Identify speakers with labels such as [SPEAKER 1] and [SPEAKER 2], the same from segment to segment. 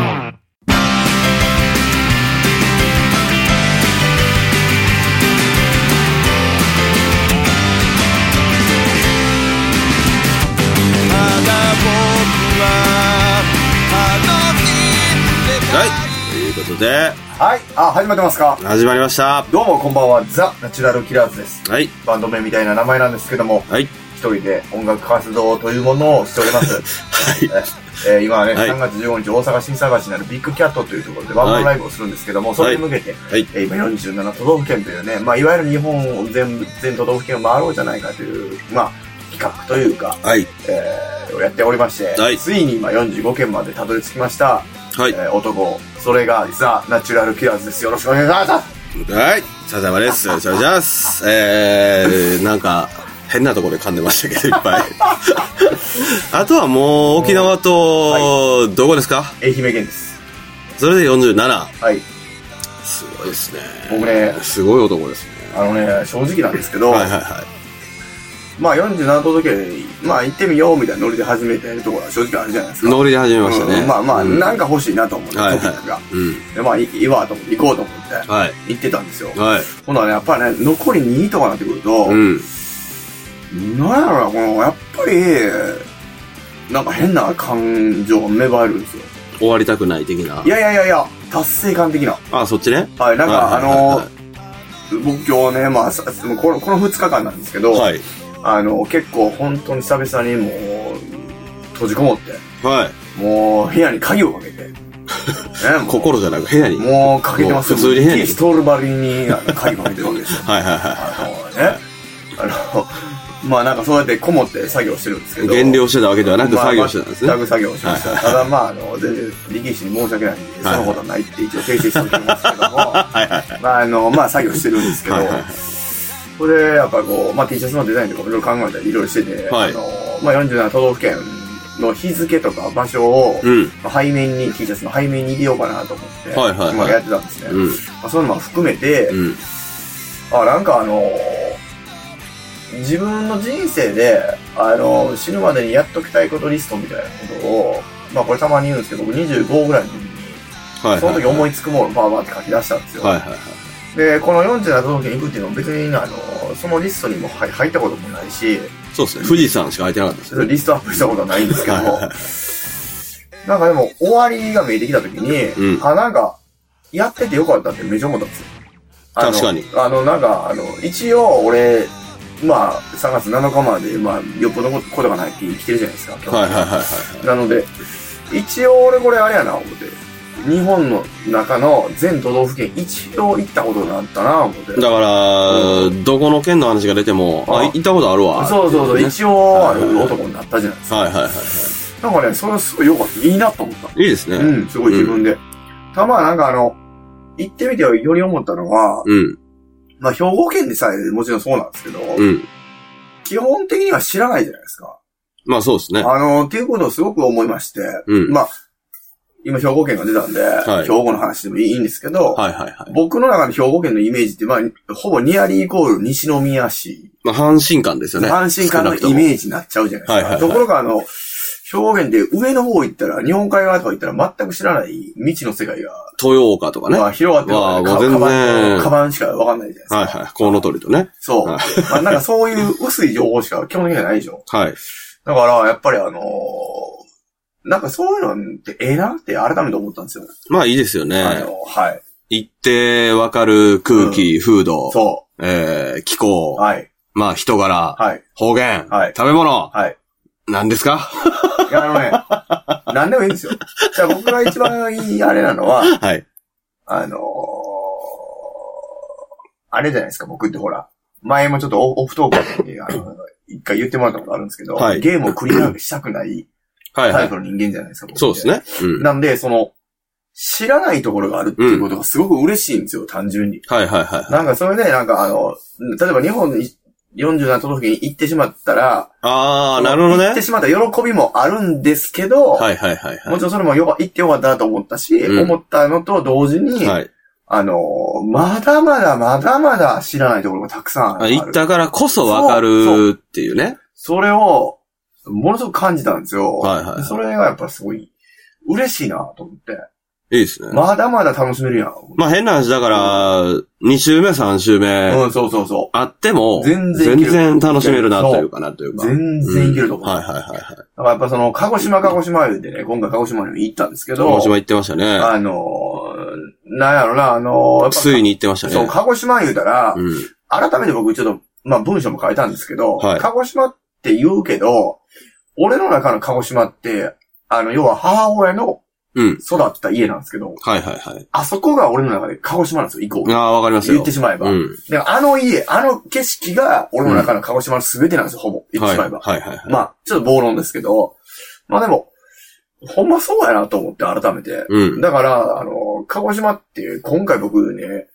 [SPEAKER 1] 妻まだ僕はあの
[SPEAKER 2] はい
[SPEAKER 1] 日
[SPEAKER 2] ということで
[SPEAKER 3] はい、あ、始まってますか。
[SPEAKER 2] 始まりました
[SPEAKER 3] どうもこんばんは、ザ・ナチュラル・キラーズです。
[SPEAKER 2] はい
[SPEAKER 3] バンド名みたいな名前なんですけども、
[SPEAKER 2] はい
[SPEAKER 3] 一人で音楽活動というものをしてお ります。
[SPEAKER 2] はい
[SPEAKER 3] えー今はね、
[SPEAKER 2] はい
[SPEAKER 3] 3月15日大阪新探しにあるビッグキャットというところでワンマンライブをするんですけども、それに向けて、
[SPEAKER 2] はい
[SPEAKER 3] えー今47都道府県というね、まあ、いわゆる日本を全部、全都道府県を回ろうじゃないかという、まあ、企画というか、
[SPEAKER 2] はい
[SPEAKER 3] えーをやっておりまして、
[SPEAKER 2] はい
[SPEAKER 3] ついに今45県までたどり着きました、
[SPEAKER 2] はい
[SPEAKER 3] えー男、それがザ・ナチュラル・キラーズです。よろしくお願いします
[SPEAKER 2] はいさざまですよろしくお願いしますえー、なんか変なところで噛んでましたけどいっぱいあとはもう沖縄とどこですか
[SPEAKER 3] 愛媛県です。
[SPEAKER 2] それで47
[SPEAKER 3] はい。
[SPEAKER 2] すごいですね
[SPEAKER 3] 僕ね、
[SPEAKER 2] すごい男ですね
[SPEAKER 3] あのね、正直なんですけど、
[SPEAKER 2] はいはいはい
[SPEAKER 3] まあ47都道府県に、まあ行ってみようみたいなノリで始めてるところは正直あるじゃないですか。
[SPEAKER 2] ノリで始めましたね、
[SPEAKER 3] うんまあまあ、
[SPEAKER 2] うん
[SPEAKER 3] なんか欲しいなと思って、
[SPEAKER 2] はい
[SPEAKER 3] トピックが。
[SPEAKER 2] はいうん
[SPEAKER 3] で、まあ、いいいわと思って、行こうと思って、
[SPEAKER 2] はい
[SPEAKER 3] 行ってたんですよ。
[SPEAKER 2] はい
[SPEAKER 3] ほんならね、やっぱりね、残り2とかなってくると、
[SPEAKER 2] うん
[SPEAKER 3] なんやろな、この、やっぱり、なんか変な感情が芽生えるんですよ。
[SPEAKER 2] 終わりたくない的ない
[SPEAKER 3] やいやいやいや、達成感的な。
[SPEAKER 2] あそっちね
[SPEAKER 3] はい、なんか、あ
[SPEAKER 2] はいはいはいはい
[SPEAKER 3] の、僕今日ね、まあ、さこのこの2日間なんですけど、
[SPEAKER 2] はい
[SPEAKER 3] あの、結構本当に久々にもう、閉じこもって、
[SPEAKER 2] はい
[SPEAKER 3] もう部屋に鍵を かけて、ね、もう
[SPEAKER 2] 心じゃなく部屋にはい
[SPEAKER 3] もうかけてますよ。
[SPEAKER 2] もう普通に部屋に。
[SPEAKER 3] ストールバリにあの鍵かけてるわけですよ
[SPEAKER 2] はいは
[SPEAKER 3] あのね、あの、まあなんかそうやってこもって作業してるんですけ
[SPEAKER 2] い
[SPEAKER 3] ど。
[SPEAKER 2] 減量してたわけではなく
[SPEAKER 3] まあ
[SPEAKER 2] 作業してたんですね
[SPEAKER 3] 全く作業してました。ただまあ、あの、全然、力士に申し訳ないんで、そんなことはないって一応訂正しておきますけども、
[SPEAKER 2] はいはい
[SPEAKER 3] まああの、まあ作業してるんですけど
[SPEAKER 2] はいはいはい、
[SPEAKER 3] これやっぱこう、まあ T シャツのデザインとかもいろいろ考えたりいろいろしてて、
[SPEAKER 2] はい
[SPEAKER 3] あの、まあ47都道府県の日付とか場所を、
[SPEAKER 2] うん
[SPEAKER 3] まあ背面に、T シャツの背面に入れようかなと思って、
[SPEAKER 2] はいはいはい
[SPEAKER 3] 今やってたんですね。
[SPEAKER 2] うん
[SPEAKER 3] まあ、そういうのも含めて、
[SPEAKER 2] うん
[SPEAKER 3] あ、なんかあの自分の人生で、あの死ぬまでにやっときたいことリストみたいなことを、まあこれたまに言うんですけど、僕25ぐらいの時に、
[SPEAKER 2] はい
[SPEAKER 3] その時思
[SPEAKER 2] い
[SPEAKER 3] いつくものバーバーって書き出したんですよ。
[SPEAKER 2] はいはいはい
[SPEAKER 3] で、この47都道府県行くっていうのは別に、あの、そのリストにも入入ったこともないし、
[SPEAKER 2] そうですね富士山しか空いてなかったです
[SPEAKER 3] そ
[SPEAKER 2] ね
[SPEAKER 3] れリストアップしたことはないんですけど
[SPEAKER 2] はいはいは、
[SPEAKER 3] なんかでも終わりが見えてきた時に、
[SPEAKER 2] うん
[SPEAKER 3] あ、なんか、やっててよかったってめっちゃ思ったんですよ。あの
[SPEAKER 2] 確かに。
[SPEAKER 3] あの、なんか、あの、一応俺、まあ、3月7日まで、まあ、よっぽどことがないって生きてるじゃないですか。
[SPEAKER 2] はいはいはいはい
[SPEAKER 3] なので、一応俺これあれやな、思って。日本の中の全都道府県一度行ったことになったな、思って。
[SPEAKER 2] だから、どこの県の話が出ても、あ、
[SPEAKER 3] あ
[SPEAKER 2] 行ったことあるわ。
[SPEAKER 3] そうそうそう、
[SPEAKER 2] ね
[SPEAKER 3] 一応ある男になったじゃないですか。
[SPEAKER 2] はいはいは
[SPEAKER 3] なんかね、それはすごい良かった。いいなと思った。
[SPEAKER 2] い。いいですね。
[SPEAKER 3] う。ん、すごい自分で。たまなんかあの、行ってみてより思ったのは、
[SPEAKER 2] うん。
[SPEAKER 3] まあ兵庫県でさえもちろんそうなんですけど、
[SPEAKER 2] うん。
[SPEAKER 3] 基本的には知らないじゃないですか。
[SPEAKER 2] まあそうですね。
[SPEAKER 3] あの、っていうことをすごく思いまして、
[SPEAKER 2] うん。
[SPEAKER 3] まあ、今兵庫県が出たんで、
[SPEAKER 2] はい
[SPEAKER 3] 兵庫の話でもいいんですけど、
[SPEAKER 2] はいはいはい。
[SPEAKER 3] 僕の中の兵庫県のイメージって、まあ、ほぼニアリーイコール西宮市
[SPEAKER 2] まあ、阪神間ですよね。
[SPEAKER 3] 安心感のイ
[SPEAKER 2] ジ。
[SPEAKER 3] メージになっちゃうじゃないですか。
[SPEAKER 2] はいはいはい
[SPEAKER 3] ところが、あの、表現で上の方行ったら、日本海側とか行ったら全く知らない未知の世界が、
[SPEAKER 2] 豊岡とかね。
[SPEAKER 3] ま
[SPEAKER 2] は
[SPEAKER 3] あ、広がってる
[SPEAKER 2] わあ
[SPEAKER 3] か
[SPEAKER 2] もう全然
[SPEAKER 3] ら、カバン、カバンしかわかんないじゃないです
[SPEAKER 2] い
[SPEAKER 3] か。
[SPEAKER 2] はい。コウノトリとね。
[SPEAKER 3] そう。
[SPEAKER 2] は
[SPEAKER 3] まあ、なんかそう いう薄い情報しか基本的にはないでしょ。
[SPEAKER 2] はい。
[SPEAKER 3] だから、やっぱりあのーなんかそういうのってええなって改めて思ったんですよ。
[SPEAKER 2] まあいいですよ
[SPEAKER 3] あ
[SPEAKER 2] ね。
[SPEAKER 3] の、はい。
[SPEAKER 2] 行ってわかる空気、風土、
[SPEAKER 3] そ
[SPEAKER 2] えー気
[SPEAKER 3] う。
[SPEAKER 2] 候、
[SPEAKER 3] はい。
[SPEAKER 2] まあ人柄、
[SPEAKER 3] はい。
[SPEAKER 2] 方言、
[SPEAKER 3] はい
[SPEAKER 2] 食べ物、
[SPEAKER 3] はい。
[SPEAKER 2] 何ですか
[SPEAKER 3] いや、あ のね、なんでもいいんですよ。じゃあ僕が一番いいあれなの は、
[SPEAKER 2] はい。
[SPEAKER 3] あのー、あれじゃないですか、僕ってほら、前もちょっとオオフト ークで、あの、一回言ってもらったことあるんですけど、
[SPEAKER 2] はい
[SPEAKER 3] ゲームをクリアしたくない
[SPEAKER 2] はい
[SPEAKER 3] タ
[SPEAKER 2] は
[SPEAKER 3] イ
[SPEAKER 2] い
[SPEAKER 3] プ。の人間じゃないですか、僕って
[SPEAKER 2] そうです。ね。うん。
[SPEAKER 3] なんで、その、知らないところがあるっていうことがすごく嬉しいんですよ、単純に。
[SPEAKER 2] はいはいはい。
[SPEAKER 3] なんかそれで、なんかあの、例えば日本に47都道府県に行ってしまったら、
[SPEAKER 2] あー、なるほどね
[SPEAKER 3] 行っ。てしまった喜びもあるんですけど、
[SPEAKER 2] はいはいはい
[SPEAKER 3] もちろんそれもよか行ってよかったなと思ったし、
[SPEAKER 2] うん
[SPEAKER 3] 思ったのと同時に、
[SPEAKER 2] はい。はい。
[SPEAKER 3] あのー、まだまだまだまだ知らないところがたくさんあ
[SPEAKER 2] あ
[SPEAKER 3] る。
[SPEAKER 2] 行ったからこそわかるっていうね。
[SPEAKER 3] それを、ものすごく感じたんですよ。
[SPEAKER 2] はいはいはい
[SPEAKER 3] それがやっぱすごい嬉しいなと思って。
[SPEAKER 2] いいですね。
[SPEAKER 3] まだまだ楽しめるやん。
[SPEAKER 2] まあ変な話だから、2週目、3週目、
[SPEAKER 3] うん、そうそうそ
[SPEAKER 2] あっても、
[SPEAKER 3] 全
[SPEAKER 2] 全
[SPEAKER 3] 然いける
[SPEAKER 2] 然楽しめるなというかなという
[SPEAKER 3] う。
[SPEAKER 2] か。
[SPEAKER 3] 全然いけると
[SPEAKER 2] う
[SPEAKER 3] 思
[SPEAKER 2] ん
[SPEAKER 3] う。
[SPEAKER 2] はいはいはいはい。
[SPEAKER 3] だからやっぱその、鹿児島、鹿児島言うてね、今回鹿児島にも行ったんですけど、
[SPEAKER 2] 鹿児島行ってましたね。
[SPEAKER 3] あのー、なんやろな、あのー、やっぱ
[SPEAKER 2] ついに行ってましたね。
[SPEAKER 3] そう、鹿児島言うたら、
[SPEAKER 2] うん。
[SPEAKER 3] 改めて僕ちょっと、まあ文章も書いたんですけど、
[SPEAKER 2] はい
[SPEAKER 3] 鹿児島って言うけど、俺の中の鹿児島って、あの、要は母親の
[SPEAKER 2] うん。
[SPEAKER 3] 育った家なんですけど、
[SPEAKER 2] はいはいはい。
[SPEAKER 3] あそこが俺の中で鹿児島なんですよ、行こ
[SPEAKER 2] ああ、わかりま
[SPEAKER 3] う。
[SPEAKER 2] すよ。
[SPEAKER 3] 言ってしまえば。
[SPEAKER 2] うん。
[SPEAKER 3] であの家、あの景色が俺の中の鹿児島の全てなんですよ、ほぼ。言って
[SPEAKER 2] はい
[SPEAKER 3] しまえば。
[SPEAKER 2] はいはいはい。
[SPEAKER 3] まあ、ちょっと暴論ですけど、まあでも、ほんまそうやなと思って、改めて。
[SPEAKER 2] うん。
[SPEAKER 3] だから、あの、鹿児島っていう、今回僕ね、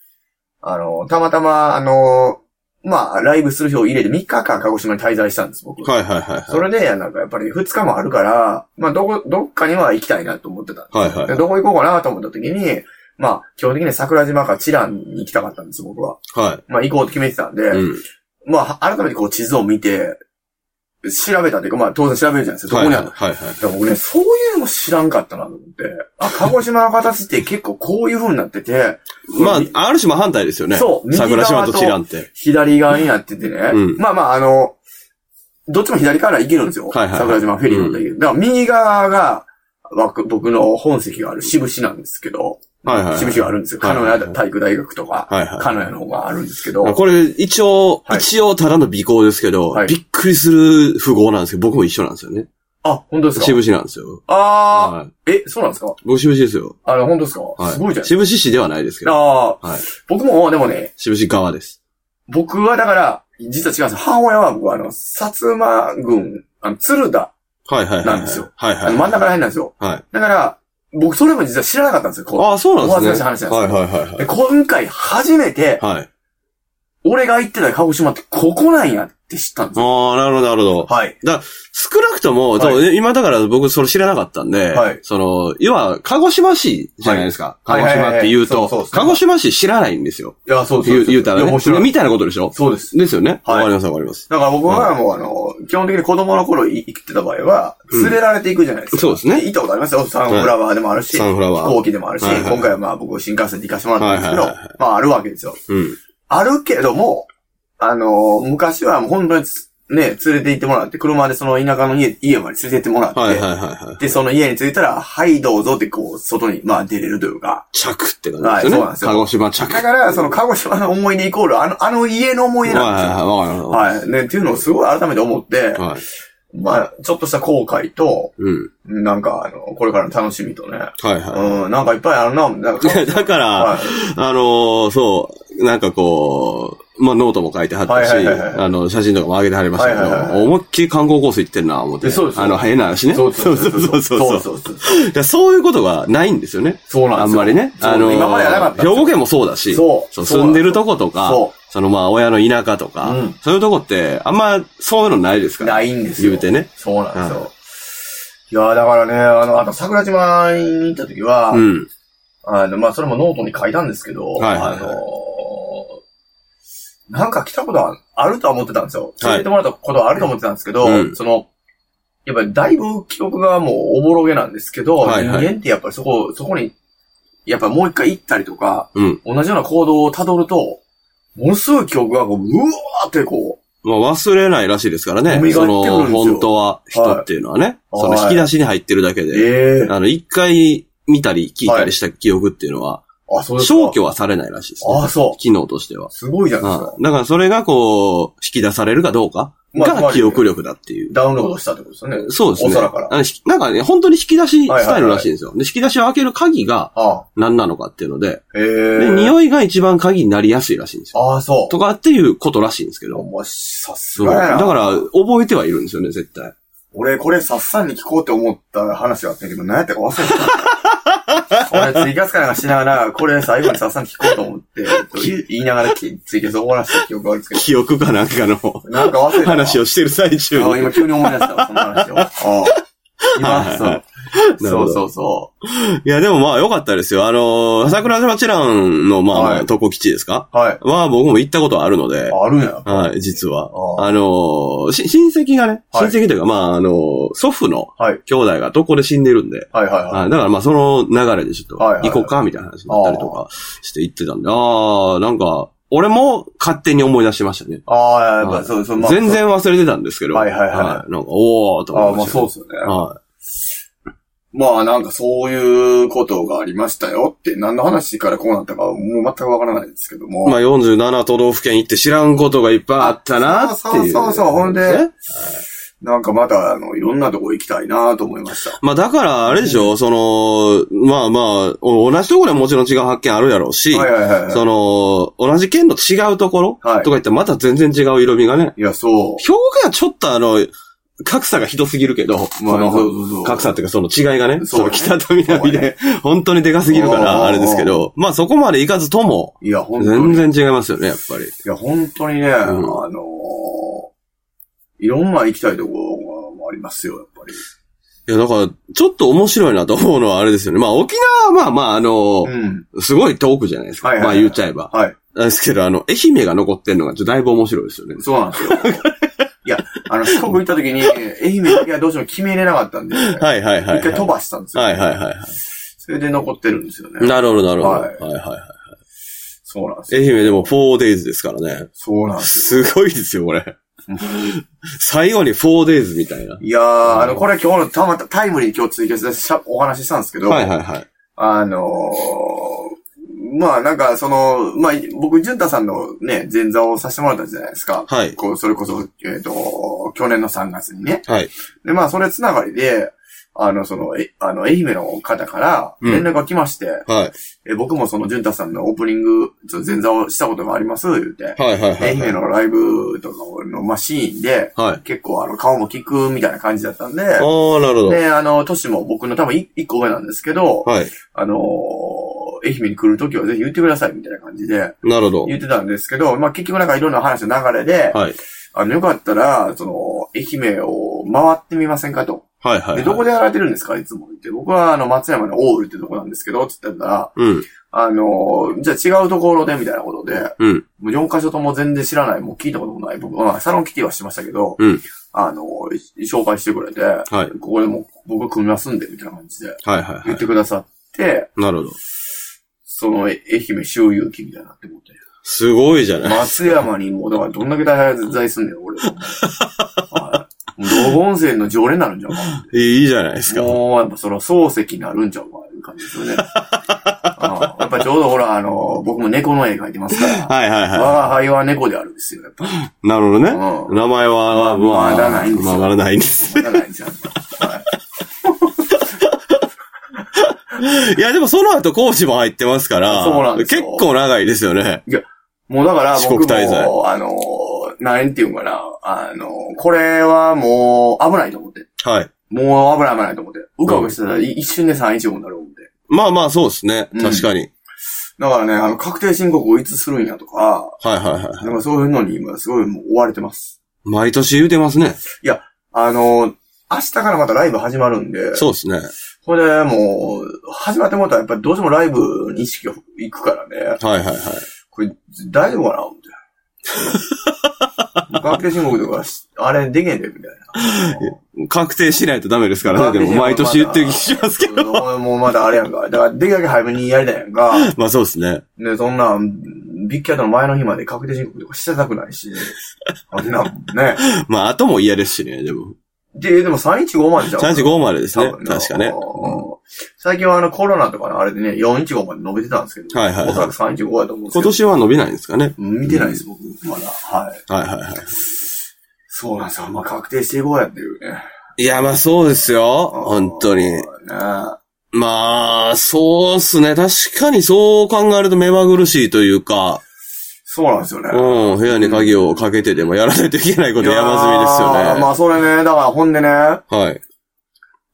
[SPEAKER 3] あの、たまたま、あの、まあ、ライブする日を入れて3日間鹿児島に滞在したんです、僕。
[SPEAKER 2] はいはいはい
[SPEAKER 3] そ
[SPEAKER 2] は
[SPEAKER 3] れで、なんかやっぱり2日もあるから、まあ、どこ、どっかには行きたいなと思ってた。
[SPEAKER 2] い。はいはい
[SPEAKER 3] でどこ行こうかなと思った時に、まあ、基本的に桜島かチランに行きたかったんです、僕は。
[SPEAKER 2] は
[SPEAKER 3] まあ、行こうって決めてたんで、
[SPEAKER 2] い。うん。
[SPEAKER 3] まあ、改めてこう地図を見て、調べたというか、まあ、当然調べるじゃないです
[SPEAKER 2] は
[SPEAKER 3] か、どこ
[SPEAKER 2] い
[SPEAKER 3] に
[SPEAKER 2] は
[SPEAKER 3] あ
[SPEAKER 2] い
[SPEAKER 3] る
[SPEAKER 2] は
[SPEAKER 3] の
[SPEAKER 2] いはい。
[SPEAKER 3] でも 僕ね、そういうの知らんかったなと思って。あ、鹿児島の形って結構こういう風になってて、
[SPEAKER 2] ま
[SPEAKER 3] み
[SPEAKER 2] あ、ある種も反対ですよね。
[SPEAKER 3] そう右側
[SPEAKER 2] 桜島
[SPEAKER 3] と
[SPEAKER 2] とチランって。
[SPEAKER 3] 左側になっててね。
[SPEAKER 2] うん
[SPEAKER 3] まあまあ、あの、どっちも左から行けるんですよ。
[SPEAKER 2] はいはいはい
[SPEAKER 3] 桜島フェリー乗ったけど。だから右側が、わく僕の本籍がある渋市なんですけど、
[SPEAKER 2] はいはいはい
[SPEAKER 3] 渋市があるんですよ。
[SPEAKER 2] はい
[SPEAKER 3] 鹿
[SPEAKER 2] はい
[SPEAKER 3] 屋
[SPEAKER 2] はい
[SPEAKER 3] 体育大学とか、
[SPEAKER 2] はいはい
[SPEAKER 3] 鹿屋の方があるんですけど、
[SPEAKER 2] これ、一応、
[SPEAKER 3] はい
[SPEAKER 2] 一応ただの尾行ですけど、
[SPEAKER 3] はい
[SPEAKER 2] びっくりする符号なんですけど、僕も一緒なんですよね。
[SPEAKER 3] あ、本当ですか
[SPEAKER 2] 渋市なんですよ。
[SPEAKER 3] あー、
[SPEAKER 2] はい。
[SPEAKER 3] え、そうなんですか
[SPEAKER 2] 僕渋市ですよ。
[SPEAKER 3] あの、本当ですか、
[SPEAKER 2] は
[SPEAKER 3] すごいじゃないです
[SPEAKER 2] 渋市市ではないですけ
[SPEAKER 3] か。
[SPEAKER 2] ど。
[SPEAKER 3] ああ、
[SPEAKER 2] はい
[SPEAKER 3] 僕も、でもね、
[SPEAKER 2] 渋市側です。
[SPEAKER 3] 僕はだから、実は違うんですよ。母親は僕はあの、薩摩軍、あの、鶴田、
[SPEAKER 2] はいはいはい。
[SPEAKER 3] なんですよ。
[SPEAKER 2] はい
[SPEAKER 3] あ
[SPEAKER 2] は
[SPEAKER 3] の
[SPEAKER 2] い。
[SPEAKER 3] 真ん中ら辺なんですよ。
[SPEAKER 2] はい。
[SPEAKER 3] だから、僕それも実は知らなかったんですよ、こ
[SPEAKER 2] ああ、そうなんです
[SPEAKER 3] お
[SPEAKER 2] ね。
[SPEAKER 3] 恥ずかしい話
[SPEAKER 2] は
[SPEAKER 3] ない
[SPEAKER 2] はいはいは
[SPEAKER 3] で
[SPEAKER 2] い。
[SPEAKER 3] 今回初めて、
[SPEAKER 2] はい。
[SPEAKER 3] 俺が行ってた鹿児島ってここなんやって知ったんですよ。
[SPEAKER 2] ああ、なるほどなるほど。
[SPEAKER 3] はい。
[SPEAKER 2] 少なくとも、
[SPEAKER 3] い
[SPEAKER 2] そうね今だから僕それ知らなかったんで、
[SPEAKER 3] はい
[SPEAKER 2] その、要は、鹿児島市じゃないですか。
[SPEAKER 3] はい
[SPEAKER 2] 鹿児島って言う
[SPEAKER 3] はいはいは
[SPEAKER 2] と、
[SPEAKER 3] いそうそうそう
[SPEAKER 2] 鹿児島市知らないんですよ。
[SPEAKER 3] いや、そうです
[SPEAKER 2] 言う言うたら
[SPEAKER 3] いや
[SPEAKER 2] ね
[SPEAKER 3] 面白い。
[SPEAKER 2] みたいなことでしょ
[SPEAKER 3] そうです。
[SPEAKER 2] ですよね。
[SPEAKER 3] は
[SPEAKER 2] わ、
[SPEAKER 3] い
[SPEAKER 2] かりますわかります。
[SPEAKER 3] だから僕はもうあの、基本的に子供の頃い生きてた場合は、
[SPEAKER 2] うん
[SPEAKER 3] 連れられていくじゃないですか。
[SPEAKER 2] そうですね
[SPEAKER 3] 行ったことありますよ。サンフラワーでもあるし、
[SPEAKER 2] はいサンフラワー
[SPEAKER 3] 飛行機でもあるし、
[SPEAKER 2] はいはいはい
[SPEAKER 3] 今回はまあ僕新幹線で行かせてもらったんですけど、
[SPEAKER 2] はいはいはい
[SPEAKER 3] まああるわけですよ。
[SPEAKER 2] うん。
[SPEAKER 3] あるけども、あのー昔はもう本当につね、連れて行ってもらって、車でその田舎の家家まで連れて行ってもらって、
[SPEAKER 2] はいはいはいはい。
[SPEAKER 3] で、その家に着いたら、はい、どうぞってこう、外に、まあ出れるというか。
[SPEAKER 2] 着って感じですよね。
[SPEAKER 3] はいそうなんですよ
[SPEAKER 2] 鹿児島着。
[SPEAKER 3] だから、その鹿児島の思い出イコール、あの、あの家の思い出
[SPEAKER 2] はいはい
[SPEAKER 3] な
[SPEAKER 2] はい、
[SPEAKER 3] ん
[SPEAKER 2] わかり
[SPEAKER 3] ですよ。
[SPEAKER 2] ま
[SPEAKER 3] はい。ね、っていうのをすごい改めて思って、
[SPEAKER 2] す。はい。
[SPEAKER 3] まあ、ちょっとした後悔と、
[SPEAKER 2] うん。
[SPEAKER 3] なんか、あの、これからの楽しみとね、
[SPEAKER 2] はいは
[SPEAKER 3] うん、なんかいっぱいあるな、なん
[SPEAKER 2] い。いや
[SPEAKER 3] か。
[SPEAKER 2] だから、
[SPEAKER 3] はい
[SPEAKER 2] あのーそう、なんかこう、まあ、ノートも書いてはったし、
[SPEAKER 3] はいはいはいはい
[SPEAKER 2] あの、写真とかも上げてはりましたけど、
[SPEAKER 3] はいはいはい
[SPEAKER 2] 思いっきり観光コース行ってんな、思って。
[SPEAKER 3] えそうです
[SPEAKER 2] あの、変な話ね。
[SPEAKER 3] そうそう
[SPEAKER 2] そ
[SPEAKER 3] そうう
[SPEAKER 2] そ
[SPEAKER 3] そうう
[SPEAKER 2] そ
[SPEAKER 3] そうう。
[SPEAKER 2] そう
[SPEAKER 3] そうそう。
[SPEAKER 2] だからそういうことがないんですよね。
[SPEAKER 3] そうなん
[SPEAKER 2] あん
[SPEAKER 3] ですよ。
[SPEAKER 2] まりね。
[SPEAKER 3] そう
[SPEAKER 2] あのー
[SPEAKER 3] 今まではなかったんです
[SPEAKER 2] 兵
[SPEAKER 3] よ
[SPEAKER 2] 庫県もそうだし、
[SPEAKER 3] そうそう
[SPEAKER 2] 住んでるとことか、
[SPEAKER 3] そ
[SPEAKER 2] のまあ、親の田舎とか、
[SPEAKER 3] うん
[SPEAKER 2] そういうとこって、あんまそういうのないですから。
[SPEAKER 3] ないんですよ。
[SPEAKER 2] 言うてね。
[SPEAKER 3] そうなんですよ。いやだからね、あの、あと桜島に行った時は、
[SPEAKER 2] うん。
[SPEAKER 3] あの、まあ、それもノートに書いたんですけど、
[SPEAKER 2] はいはいはい
[SPEAKER 3] あのーなんか来たことはあるとは思ってたんですよ。
[SPEAKER 2] はい
[SPEAKER 3] 連れてもらったことはあると思ってたんですけど、
[SPEAKER 2] うん
[SPEAKER 3] その、やっぱりだいぶ記憶がもうおぼろげなんですけど、
[SPEAKER 2] はいはい
[SPEAKER 3] 人間ってやっぱりそこ、そこに、やっぱりもう一回行ったりとか、
[SPEAKER 2] うん
[SPEAKER 3] 同じような行動を辿ると、ものすごい記憶がこう、うわーってこ
[SPEAKER 2] まあ、忘れないらしいですからね
[SPEAKER 3] 蘇って。く
[SPEAKER 2] そ
[SPEAKER 3] るんですよ
[SPEAKER 2] の、本当は、人っていうのはね、
[SPEAKER 3] はい
[SPEAKER 2] その引き出しに入ってるだけ
[SPEAKER 3] う、
[SPEAKER 2] で。
[SPEAKER 3] ええ
[SPEAKER 2] あの、一回見たり聞いたりした記憶っていうのは、
[SPEAKER 3] あ、そうですか。
[SPEAKER 2] 消去はされないらしいですね。
[SPEAKER 3] ああ、そう。
[SPEAKER 2] 機能としては。
[SPEAKER 3] すごいじゃないです
[SPEAKER 2] あ
[SPEAKER 3] か。
[SPEAKER 2] あだからそれがこう、引き出されるかどうか
[SPEAKER 3] まあつま
[SPEAKER 2] が
[SPEAKER 3] り
[SPEAKER 2] 記憶力だっていう。
[SPEAKER 3] ダウンロードしたってことですよね。
[SPEAKER 2] そうですね。
[SPEAKER 3] お皿から
[SPEAKER 2] あのひなんかね、本当に引き出しスタイルらしいんですよ。で、引き出しを開ける鍵が
[SPEAKER 3] ああ
[SPEAKER 2] 何なのかっていうので、
[SPEAKER 3] ええ
[SPEAKER 2] で、匂いが一番鍵になりやすいらしいんですよ。
[SPEAKER 3] ああ、そう。
[SPEAKER 2] とかっていうことらしいんですけど。
[SPEAKER 3] もう、さす
[SPEAKER 2] そう。
[SPEAKER 3] が
[SPEAKER 2] だ
[SPEAKER 3] やな。
[SPEAKER 2] から、覚えてはいるんですよね、絶対。
[SPEAKER 3] 俺、これ、さっさんに聞こうって思った話があったけど、何やったか忘れ た。俺、追加すかなんかしながら、これ、最後にさっさんに聞こうと 思って、と言い言いながら、き追加終わらせた記憶があるんですけ
[SPEAKER 2] 記憶かなんかの
[SPEAKER 3] ど、なんか忘れたわ。
[SPEAKER 2] 話をしてる最中
[SPEAKER 3] あ
[SPEAKER 2] に。
[SPEAKER 3] 今、急に思い出したわ、その話を。ああ
[SPEAKER 2] はいはいはい
[SPEAKER 3] 今、そう。
[SPEAKER 2] なる
[SPEAKER 3] そ
[SPEAKER 2] ほ
[SPEAKER 3] う
[SPEAKER 2] ど
[SPEAKER 3] そうそう。
[SPEAKER 2] いや、でもまあ良かったですよ。あの、桜島チランの、まあ、
[SPEAKER 3] はい
[SPEAKER 2] 特攻基地ですか
[SPEAKER 3] はい。
[SPEAKER 2] は僕も行ったことあるので、
[SPEAKER 3] あるんや。
[SPEAKER 2] はい、実は。
[SPEAKER 3] あ
[SPEAKER 2] あの、し親戚がね、
[SPEAKER 3] はい
[SPEAKER 2] 親戚というか、まあ、あの、祖父の
[SPEAKER 3] はい。
[SPEAKER 2] 兄弟が特攻で死んでるんで、
[SPEAKER 3] はいはいはい。
[SPEAKER 2] はい、だからまあその流れでちょっと
[SPEAKER 3] はいはいはい
[SPEAKER 2] 行こうかみたいな話になったりとかして行ってたんで、ああ、なんか、俺も勝手に思い出してましたね。
[SPEAKER 3] ああ、やっ
[SPEAKER 2] は
[SPEAKER 3] ぱ
[SPEAKER 2] い
[SPEAKER 3] そうそう、まあ。
[SPEAKER 2] 全然忘れてたんですけど。
[SPEAKER 3] はいはいはい
[SPEAKER 2] なんか、おーと
[SPEAKER 3] そう。
[SPEAKER 2] 思
[SPEAKER 3] ああ、
[SPEAKER 2] いま
[SPEAKER 3] ま
[SPEAKER 2] し
[SPEAKER 3] あ
[SPEAKER 2] た、
[SPEAKER 3] そうっすよね。
[SPEAKER 2] は
[SPEAKER 3] まあなんかそういうことがありましたよって、何の話からこうなったかはもう全くわからないですけども。
[SPEAKER 2] い。まあ47都道府県行って知らんことがいっぱいあったなっていう、
[SPEAKER 3] そうそうそうそうほんで
[SPEAKER 2] ね
[SPEAKER 3] なんかまた、あの、いろんなとこ行きたいなと思いました。
[SPEAKER 2] まあだから、あれでしょ、その、まあまあ、お同じところでもちろん違う発見あるやろうし、
[SPEAKER 3] はいはいはいは
[SPEAKER 2] その、同じ県の違うところ、
[SPEAKER 3] はい
[SPEAKER 2] とか言ったらまた全然違う色味がね、
[SPEAKER 3] い。いや、そう。
[SPEAKER 2] 表現はちょっとあの、格差がひどすぎるけど、
[SPEAKER 3] まあ
[SPEAKER 2] その
[SPEAKER 3] そうそうそう
[SPEAKER 2] 格差っていうかその違いがね、そ
[SPEAKER 3] そう
[SPEAKER 2] の
[SPEAKER 3] ね
[SPEAKER 2] 北と南
[SPEAKER 3] そう
[SPEAKER 2] で、本当にでかすぎるか
[SPEAKER 3] おーおーお
[SPEAKER 2] ら、
[SPEAKER 3] ー
[SPEAKER 2] あれですけど、まあそこまでいかずとも、
[SPEAKER 3] いや、本当
[SPEAKER 2] 全
[SPEAKER 3] に。い
[SPEAKER 2] 然違いますよね、やっぱり。
[SPEAKER 3] や、本当にね、あのーいろんな行きたいところがありますよ、やっぱり。
[SPEAKER 2] いや、だから、ちょっと面白いなと思うのはあれですよね。まあ沖縄はまあまあ、あの、
[SPEAKER 3] うん。
[SPEAKER 2] すごい遠くじゃないですか。
[SPEAKER 3] はいはいはい
[SPEAKER 2] まあ言っちゃえば。
[SPEAKER 3] はい。
[SPEAKER 2] なんですけど、あの、愛媛が残ってんのがちょっとだいぶ面白いですよね。
[SPEAKER 3] そうな んですよ。いや、あの、四国行った時に、愛媛だけはどうしても決めれなかったんで、一
[SPEAKER 2] はいはいはい、はい。
[SPEAKER 3] 回飛ばしたんですよ。
[SPEAKER 2] はいはいはいは
[SPEAKER 3] それで残ってるんですよ
[SPEAKER 2] い。
[SPEAKER 3] ね。
[SPEAKER 2] なるほどなるほど。は
[SPEAKER 3] はいい
[SPEAKER 2] はいはい。
[SPEAKER 3] そうなんですよ。
[SPEAKER 2] 愛媛でも 4days ですからね。
[SPEAKER 3] そうなんですよ。
[SPEAKER 2] すごいですよ、これ。最後に 4days みたいな。
[SPEAKER 3] いやー、あの、これ今日のたまたタイムリーに今日ツイキャスでしゃお話ししたんですけど、
[SPEAKER 2] はいはいはい。
[SPEAKER 3] あのーまあなんかその、まあ僕、淳太さんのね、前座をさせてもらったじゃないですか。
[SPEAKER 2] はい。
[SPEAKER 3] こう、それこそ、えっ、と、去年の3月にね。
[SPEAKER 2] はい。
[SPEAKER 3] で、まあそれつながりで、あの、その、え、あの、愛媛の方から連絡が来まして、
[SPEAKER 2] はい。
[SPEAKER 3] え僕もその淳太さんのオープニング、ちょっと前座をしたことがあります、言うて。
[SPEAKER 2] はいはいは
[SPEAKER 3] 愛
[SPEAKER 2] いは
[SPEAKER 3] 媛
[SPEAKER 2] い。
[SPEAKER 3] のライブとかの、まあ、シーンで、
[SPEAKER 2] はい。
[SPEAKER 3] 結構あの、顔も聞くみたいな感じだったんで、
[SPEAKER 2] あー、なるほど。
[SPEAKER 3] で、あの、年も僕の多分い一個上なんですけど、
[SPEAKER 2] はい。
[SPEAKER 3] あのー愛媛に来るときはぜひ言ってくださいみたいな感じで
[SPEAKER 2] なるほ
[SPEAKER 3] 言ってたんですけど、まあ、結局なんかいろんな話の流れで、
[SPEAKER 2] ど。はい。
[SPEAKER 3] あの、よかったら、その、愛媛を回ってみませんかと。
[SPEAKER 2] はいはいは
[SPEAKER 3] で、
[SPEAKER 2] い。
[SPEAKER 3] どこでやられてるんですかいつも。って、僕はあの、松山のオールってとこなんですけど、って言ったら、
[SPEAKER 2] うん。
[SPEAKER 3] あのーじゃあ違うところで、みたいなことで、
[SPEAKER 2] うん。
[SPEAKER 3] もう4カ所とも全然知らない、もう聞いたこともない、僕、まあ、サロンキティはしてましたけど、
[SPEAKER 2] うん
[SPEAKER 3] あのーい紹介してくれて、
[SPEAKER 2] はい。
[SPEAKER 3] ここでもう僕組みますんで、みたいな感じで。
[SPEAKER 2] はいはい
[SPEAKER 3] 言
[SPEAKER 2] は
[SPEAKER 3] ってくださって、
[SPEAKER 2] い。なるほど。
[SPEAKER 3] その、え愛媛周遊記みたいになって思って。
[SPEAKER 2] すごいじゃない。
[SPEAKER 3] 松山にもう、だからどんだけ大変在すんねん、俺。はい。もう道後温泉の常連になるんじゃんか。
[SPEAKER 2] いいじゃないですか。
[SPEAKER 3] もう、やっぱその、漱石になるんじゃんか、いう感じですよね。ああやっぱちょうどほら、あの、僕も猫の絵描いてますから。
[SPEAKER 2] はいはいは
[SPEAKER 3] 我が輩は猫であるんですよ、やっぱ。
[SPEAKER 2] い。なるほどね。
[SPEAKER 3] うん
[SPEAKER 2] 名前は、
[SPEAKER 3] まあまだないんですよ
[SPEAKER 2] まあまだないんです。
[SPEAKER 3] わからないじゃん。はい
[SPEAKER 2] いや、でもその後、コーチも入ってますから、
[SPEAKER 3] そうなんです
[SPEAKER 2] 結
[SPEAKER 3] よ
[SPEAKER 2] 構長いですよね。
[SPEAKER 3] もうだから
[SPEAKER 2] 四国
[SPEAKER 3] 僕
[SPEAKER 2] 滞在
[SPEAKER 3] も、あの、なんていうんかな、あの、これはもう危ないと思って。
[SPEAKER 2] はい。
[SPEAKER 3] もう危ない危ないと思って。うかうかしてたらい一瞬で315になる思って。
[SPEAKER 2] まあまあ、そうですね。
[SPEAKER 3] うん
[SPEAKER 2] 確かに。
[SPEAKER 3] だからね、あの、確定申告をいつするんやとか、
[SPEAKER 2] はいはいはい。
[SPEAKER 3] なんかそういうのに今すごいもう追われてます。
[SPEAKER 2] 毎年言うてますね。
[SPEAKER 3] あの、明日からまたライブ始まるんで、
[SPEAKER 2] そうですね。
[SPEAKER 3] これもう、始まってもらったらやっぱりどうしてもライブに意識がいくからね、
[SPEAKER 2] はいはいはい。
[SPEAKER 3] これ大丈夫か な思って。もう確定申告とかし、あれでけんで、みたいな。
[SPEAKER 2] 確定しないとダメですからね。でも毎年言ってる気しますけど。
[SPEAKER 3] ど。もうまだあれやんか。だから、できるだけ早めにやりたいやんか。
[SPEAKER 2] まあそうですね。
[SPEAKER 3] ね、そんな、ビッグキャットの前の日まで確定申告とかしてたくないし、あんな、ね。
[SPEAKER 2] まあ後も嫌ですしね、でも。
[SPEAKER 3] で、でも315までじゃん。
[SPEAKER 2] 35までですね
[SPEAKER 3] 多。分な
[SPEAKER 2] 確かね。
[SPEAKER 3] うん最近はあのコロナとかのあれでね、415まで伸びてたんですけど、
[SPEAKER 2] はいはいはい
[SPEAKER 3] おそらく315だと思うんで
[SPEAKER 2] 今
[SPEAKER 3] すけど。
[SPEAKER 2] 年は伸びないんですかね。
[SPEAKER 3] うん見てないです、僕。まだ。はい。
[SPEAKER 2] はいはいは
[SPEAKER 3] そうなんですよ。まあ、確定していこうやっていうね。
[SPEAKER 2] い。いや、まあそうですよ。本当に
[SPEAKER 3] ね。
[SPEAKER 2] まあ、そうっすね。確かにそう考えると目まぐるしいというか、
[SPEAKER 3] そうなんですよね。
[SPEAKER 2] うん、部屋に鍵をかけてでもやらないといけないこと山積みですよ
[SPEAKER 3] いやーま
[SPEAKER 2] ね。
[SPEAKER 3] あ、それね、だからほんでね、
[SPEAKER 2] はい。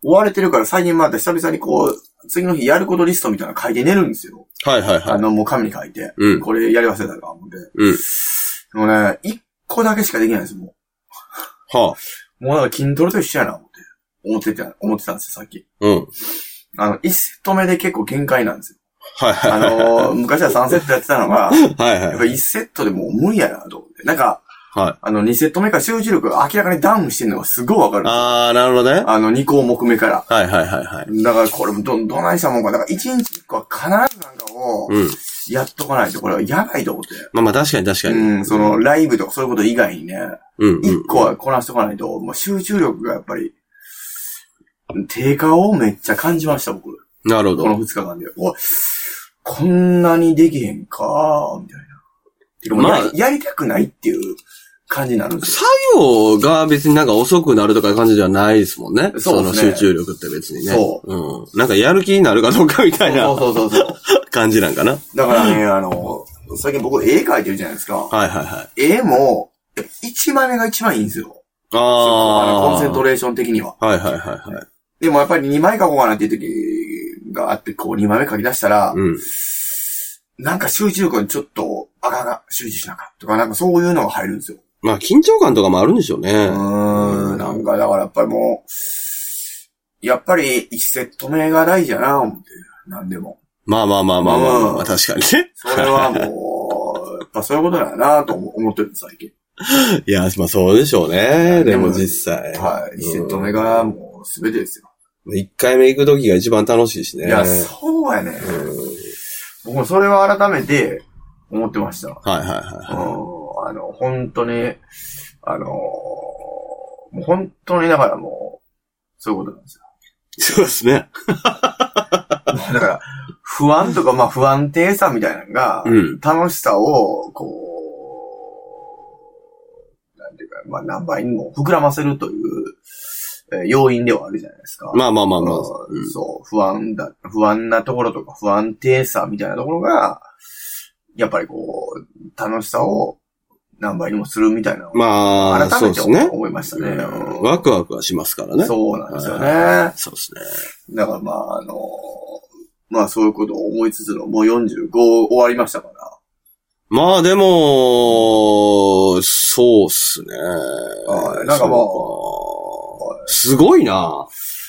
[SPEAKER 3] 追われてるから最近まで久々にこう、次の日やることリストみたいなの書いて寝るんですよ。
[SPEAKER 2] はいはい
[SPEAKER 3] あ
[SPEAKER 2] はい。
[SPEAKER 3] の、もう紙に書いて。
[SPEAKER 2] うん。
[SPEAKER 3] これやり忘れたか、思って。
[SPEAKER 2] うん。
[SPEAKER 3] でもね、一個だけしかできないです、も
[SPEAKER 2] は
[SPEAKER 3] う。もうなんか筋トレと一緒やな、思って。思ってた、思ってたんですよ、さっき。
[SPEAKER 2] うん。
[SPEAKER 3] あの、一セット目で結構限界な んですよ。
[SPEAKER 2] はいはい。
[SPEAKER 3] あのー昔は3セットやってたのが、
[SPEAKER 2] はい
[SPEAKER 3] やっ
[SPEAKER 2] は
[SPEAKER 3] ぱ
[SPEAKER 2] い。
[SPEAKER 3] 1セットでもう無理やなと思って。なんか、
[SPEAKER 2] はい。
[SPEAKER 3] あの、2セット目から集中力が明らかにダウンしてるのがすごいわかる。あ
[SPEAKER 2] あー、なるほどね。
[SPEAKER 3] の、2項目目から。
[SPEAKER 2] はいはいはいはい。
[SPEAKER 3] だからこれもど、どないしたもんか。だから1日1個は必ずなんかを
[SPEAKER 2] うん。
[SPEAKER 3] やっとかないと、これはやばいと思って。
[SPEAKER 2] まあまあ確かに確かに。
[SPEAKER 3] うん、その、ライブとかそういうこと以外にね、
[SPEAKER 2] うんう
[SPEAKER 3] 1
[SPEAKER 2] ん。
[SPEAKER 3] 個はこなしとかないと、もう集中力がやっぱり、低下をめっちゃ感じました、僕。
[SPEAKER 2] なるほ
[SPEAKER 3] この
[SPEAKER 2] ど。
[SPEAKER 3] 2日間で。おこんなにできへんか、みたいな。てかもう
[SPEAKER 2] まあ
[SPEAKER 3] やりやりたくないっていう感じになるんです
[SPEAKER 2] 作業が別になんか遅くなるとかいう感じではないですもんね。
[SPEAKER 3] そう
[SPEAKER 2] の
[SPEAKER 3] ですね
[SPEAKER 2] 集中力って別にね。。
[SPEAKER 3] そう
[SPEAKER 2] うん。なんかやる気になるかどうかみたい
[SPEAKER 3] よ。
[SPEAKER 2] な
[SPEAKER 3] そうそうそうそう。
[SPEAKER 2] 感じなんかな。
[SPEAKER 3] だからね、あの、最近僕絵描いてるじゃないですか。
[SPEAKER 2] はいはいはい。
[SPEAKER 3] 絵も、やっぱ一枚目が一番いいんですよ。あの、
[SPEAKER 2] あー。
[SPEAKER 3] コンセントレーション的には。
[SPEAKER 2] はいはいはいはい。
[SPEAKER 3] でもやっぱり2枚描こうかなっていう時があって、こう2枚目描き出したら、
[SPEAKER 2] うん。
[SPEAKER 3] なんか集中力にちょっと、あがが、集中しなかったとか、なんかそういうのが入るんですよ。
[SPEAKER 2] まあ緊張感とかもあるんでしょうね。
[SPEAKER 3] うーん、なんかだからやっぱりもう、やっぱり1セット目が大事やな、思って。なんでも。
[SPEAKER 2] まあまあまあまあまあまあま
[SPEAKER 3] う
[SPEAKER 2] あ、
[SPEAKER 3] ん
[SPEAKER 2] 確かにね。
[SPEAKER 3] それはもう、やっぱそういうことだよな、と思思ってるんです、最近。
[SPEAKER 2] いや、まあそうでしょうね。で
[SPEAKER 3] でも
[SPEAKER 2] も実際。
[SPEAKER 3] はい。1セット目
[SPEAKER 2] が
[SPEAKER 3] がもう全てですよ。
[SPEAKER 2] 一回目行く時が一番楽しいしね。
[SPEAKER 3] いや、そうやね。
[SPEAKER 2] うん
[SPEAKER 3] 僕もそれは改めて思ってました。うん
[SPEAKER 2] はいはいはいは
[SPEAKER 3] あの、本当に、あのー、もう本当にだからもう、そういうことなんですよ。
[SPEAKER 2] い。そうですね。
[SPEAKER 3] だから、不安とか、まあ不安定さみたいなのが、
[SPEAKER 2] うん。
[SPEAKER 3] 楽しさを、こう、なんていうか、まあ何倍にも膨らませるという、えー要因ではあるじゃないですか。
[SPEAKER 2] まあまあまあまあ。
[SPEAKER 3] うんそう、不安だ、不安なところとか不安定さみたいなところが、やっぱりこう、楽しさを何倍にもするみたいなのを、
[SPEAKER 2] まあ、そ
[SPEAKER 3] 改
[SPEAKER 2] う
[SPEAKER 3] め
[SPEAKER 2] で
[SPEAKER 3] て
[SPEAKER 2] すね。
[SPEAKER 3] 思いましたね。
[SPEAKER 2] うんワクワクはしますからね。
[SPEAKER 3] そうなんですよね。
[SPEAKER 2] そうですね。
[SPEAKER 3] だからまあ、あの、まあそういうことを思いつつの、もう45終わりましたから。
[SPEAKER 2] まあでも、そうっすね
[SPEAKER 3] はい。なんかまあ
[SPEAKER 2] そうかすごいな。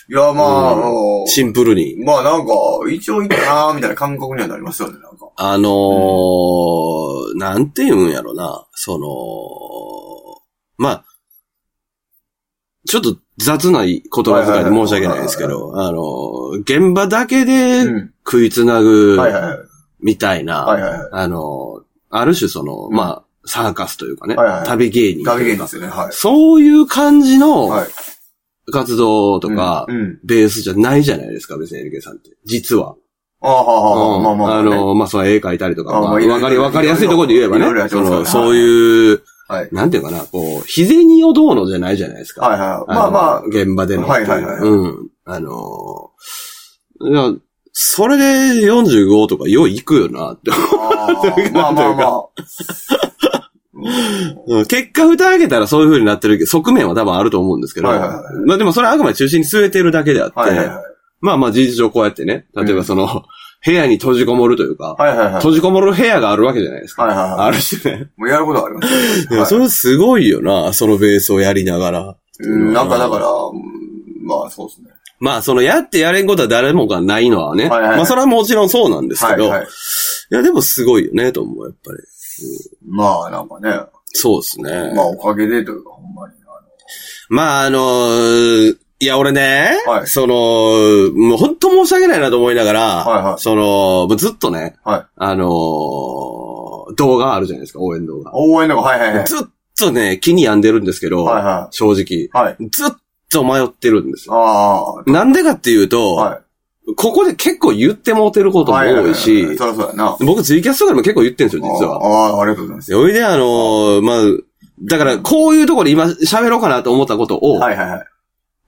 [SPEAKER 3] いや、まあ、あ
[SPEAKER 2] うん
[SPEAKER 3] の
[SPEAKER 2] シンプルに。
[SPEAKER 3] まあなんか、一応いったなーみたいな感覚にはなりますよね、なんか。
[SPEAKER 2] あのー、なんて言うんやろな。その、まあ、ちょっと雑な言葉遣いで申し訳ないですけど、あのー、現場だけで
[SPEAKER 3] うん。
[SPEAKER 2] 食いつなぐ
[SPEAKER 3] はいはいはい。
[SPEAKER 2] みたいな、
[SPEAKER 3] はいはいはい。
[SPEAKER 2] あの、ある種その、
[SPEAKER 3] うん
[SPEAKER 2] まあ、サーカスというかね、
[SPEAKER 3] はいはいはい
[SPEAKER 2] 旅芸人と
[SPEAKER 3] 旅
[SPEAKER 2] い
[SPEAKER 3] 芸
[SPEAKER 2] う
[SPEAKER 3] 人
[SPEAKER 2] か
[SPEAKER 3] ですよね、はい。
[SPEAKER 2] そういう感じの
[SPEAKER 3] はい。
[SPEAKER 2] 活動とか、
[SPEAKER 3] うんうん。
[SPEAKER 2] ベースじゃないじゃないですか、別にエルケさんって。実は。
[SPEAKER 3] ああ、はあ、はあ、
[SPEAKER 2] うん
[SPEAKER 3] まあまあ、
[SPEAKER 2] あ
[SPEAKER 3] ね、
[SPEAKER 2] の、まあ、その絵描いたりとか、
[SPEAKER 3] あ
[SPEAKER 2] まあ
[SPEAKER 3] まあいろい
[SPEAKER 2] わ
[SPEAKER 3] ろ
[SPEAKER 2] かり、わかりやすいところで言えば
[SPEAKER 3] いろいろ
[SPEAKER 2] ね、
[SPEAKER 3] やって
[SPEAKER 2] そ
[SPEAKER 3] ますから
[SPEAKER 2] の、そういう、
[SPEAKER 3] はい。
[SPEAKER 2] なんていうかな、こう、日銭をどうのじゃないじゃないですか。
[SPEAKER 3] はいはい。まあ
[SPEAKER 2] の
[SPEAKER 3] まあ、
[SPEAKER 2] 現場での。
[SPEAKER 3] はいはいはい
[SPEAKER 2] うん。あのー、いや、それで45とかよう行くよなって
[SPEAKER 3] あーまあまあま あ。
[SPEAKER 2] うん 結果蓋開けたらそういう風になってる側面は多分あると思うんですけど、
[SPEAKER 3] はいはいは
[SPEAKER 2] まあでもそれはあくまで中心に据えてるだけであって、
[SPEAKER 3] はいはいはい。
[SPEAKER 2] まあまあ事実上こうやってね、例えばその、部屋に閉じこもるというか、
[SPEAKER 3] はいはいはい。
[SPEAKER 2] 閉じこもる部屋があるわけじゃないですか。
[SPEAKER 3] はいはいは
[SPEAKER 2] ある種ね。
[SPEAKER 3] い。もうやることはありますよ
[SPEAKER 2] いや
[SPEAKER 3] はい
[SPEAKER 2] それすごいよな、そのベースをやりながら。
[SPEAKER 3] うん、なんかだから、うんまあそうですね。
[SPEAKER 2] まあそのやってやれんことは誰もがないのはね、
[SPEAKER 3] はいはいはい
[SPEAKER 2] まあそれはもちろんそうなんです
[SPEAKER 3] は
[SPEAKER 2] け
[SPEAKER 3] い
[SPEAKER 2] ど、
[SPEAKER 3] はいい。
[SPEAKER 2] やでもすごいよね、と思う、やっぱり。
[SPEAKER 3] まあなんかね、
[SPEAKER 2] そうですね。
[SPEAKER 3] まあおかげでというか、ほんまに。
[SPEAKER 2] まあ、あのーいや、俺ね、
[SPEAKER 3] はい
[SPEAKER 2] その、もう本当申し訳ないなと思いながら、
[SPEAKER 3] はいはい
[SPEAKER 2] その、もうずっとね、
[SPEAKER 3] はい
[SPEAKER 2] あのー動画あるじゃないですか、応援動画。
[SPEAKER 3] 応援のが、はいはいはい。
[SPEAKER 2] ずっとね、気に病んでるんですけど、
[SPEAKER 3] はいは
[SPEAKER 2] 正直、
[SPEAKER 3] い。はい。
[SPEAKER 2] ずっと迷ってるんですよ。
[SPEAKER 3] あ
[SPEAKER 2] なんでかっていう
[SPEAKER 3] あ、
[SPEAKER 2] と、
[SPEAKER 3] はい。
[SPEAKER 2] ここで結構言ってもうてることも
[SPEAKER 3] は
[SPEAKER 2] 多いし、
[SPEAKER 3] ははそりゃそうやな。
[SPEAKER 2] 僕ツイキャスとかでも結構言ってるんですよ、実は。
[SPEAKER 3] ああ、ありがとうございます。
[SPEAKER 2] それで、あのーまあ、だから、こういうところで今喋ろうかなと思ったことを、
[SPEAKER 3] はいはいはい。